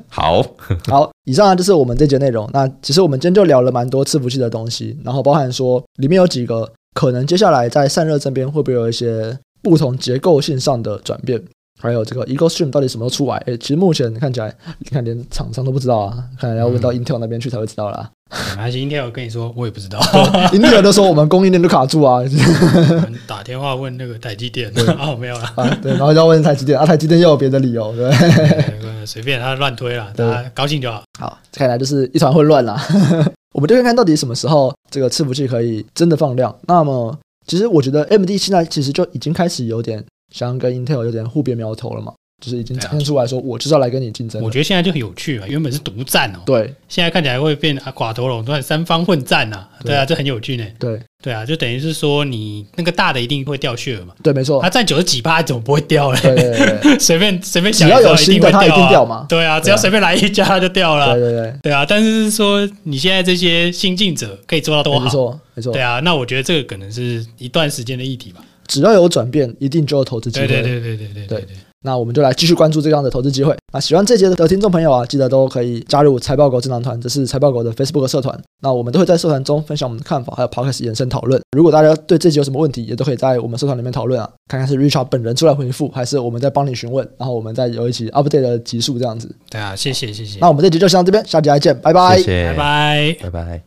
Speaker 3: 好，
Speaker 1: 好，以上啊就是我们这节内容。那其实我们今天就聊了蛮多伺服器的东西，然后包含说里面有几个可能接下来在散热这边会不会有一些不同结构性上的转变，还有这个 EcoStream 到底什么时候出来？诶，其实目前看起来，你看连厂商都不知道啊，看来要问到 Intel 那边去才会知道 啦。
Speaker 2: 还行，今天我跟你说，我也不知 道，
Speaker 1: Intel 都说我们供应链都卡住啊，
Speaker 2: 打电话问那个台积电哦，没有 啦，
Speaker 1: 啊，对，然后要问台积电，啊，台积电又有别的理由，对不对？
Speaker 2: 对呃随便他乱推啦，
Speaker 1: 对
Speaker 2: 大家高兴就好。
Speaker 1: 好，看来就是一团混乱啦。 我们就看看到底什么时候这个伺服器可以真的放量。那么，其实我觉得 AMD 现在其实就已经开始有点想要跟 Intel 有点互别苗头了嘛，就是已经
Speaker 2: 对啊
Speaker 1: 展现出来说，我就是要来跟你竞争
Speaker 2: 我
Speaker 1: 的。
Speaker 2: 觉得现在就很有趣啊，原本是独占哦，
Speaker 1: 对
Speaker 2: 现在看起来会变啊寡头垄断、三方混战呐、啊，
Speaker 1: 对
Speaker 2: 对啊，这很有趣呢。
Speaker 1: 对
Speaker 2: 对啊，就等于是说你那个大的一定会掉血嘛，
Speaker 1: 对，没错
Speaker 2: 它。占九十几趴怎么不会掉嘞？
Speaker 1: 哦对对对对
Speaker 2: 随便随便
Speaker 1: 只
Speaker 2: 想
Speaker 1: 要
Speaker 2: 一招
Speaker 1: 有
Speaker 2: 一定
Speaker 1: 新
Speaker 2: 会
Speaker 1: 的，它一定
Speaker 2: 掉
Speaker 1: 掉
Speaker 2: 啊。
Speaker 1: 嘛。
Speaker 2: 对啊，只要
Speaker 1: 对啊
Speaker 2: 随便来一家它就掉
Speaker 1: 对
Speaker 2: 了。
Speaker 1: 对 对，
Speaker 2: 对啊，但是说你现在这些新进者可以做到多
Speaker 1: 没
Speaker 2: 好？
Speaker 1: 错没错
Speaker 2: 对。啊，那我觉得这个可能是一段时间的议题吧。
Speaker 1: 只要有转变，一定就有投资机
Speaker 2: 对
Speaker 1: 会。
Speaker 2: 对对对对对
Speaker 1: 对
Speaker 2: 对对，
Speaker 1: 那我们就来继续关注这样的投资机会。那喜欢这节的听众朋友啊，记得都可以加入财报狗智囊团，这是财报狗的 Facebook 社团。那我们都会在社团中分享我们的看法，还有 Podcast 延伸讨论。如果大家对这集有什么问题，也都可以在我们社团里面讨论啊，看看是 Richard 本人出来回复，还是我们在帮你询问，然后我们再有一起 update 的集数这样子。
Speaker 2: 对啊，谢谢谢谢，
Speaker 1: 那我们这集就先到这边，下集再见，拜拜。
Speaker 3: 谢谢，
Speaker 2: 拜拜。
Speaker 3: 拜拜。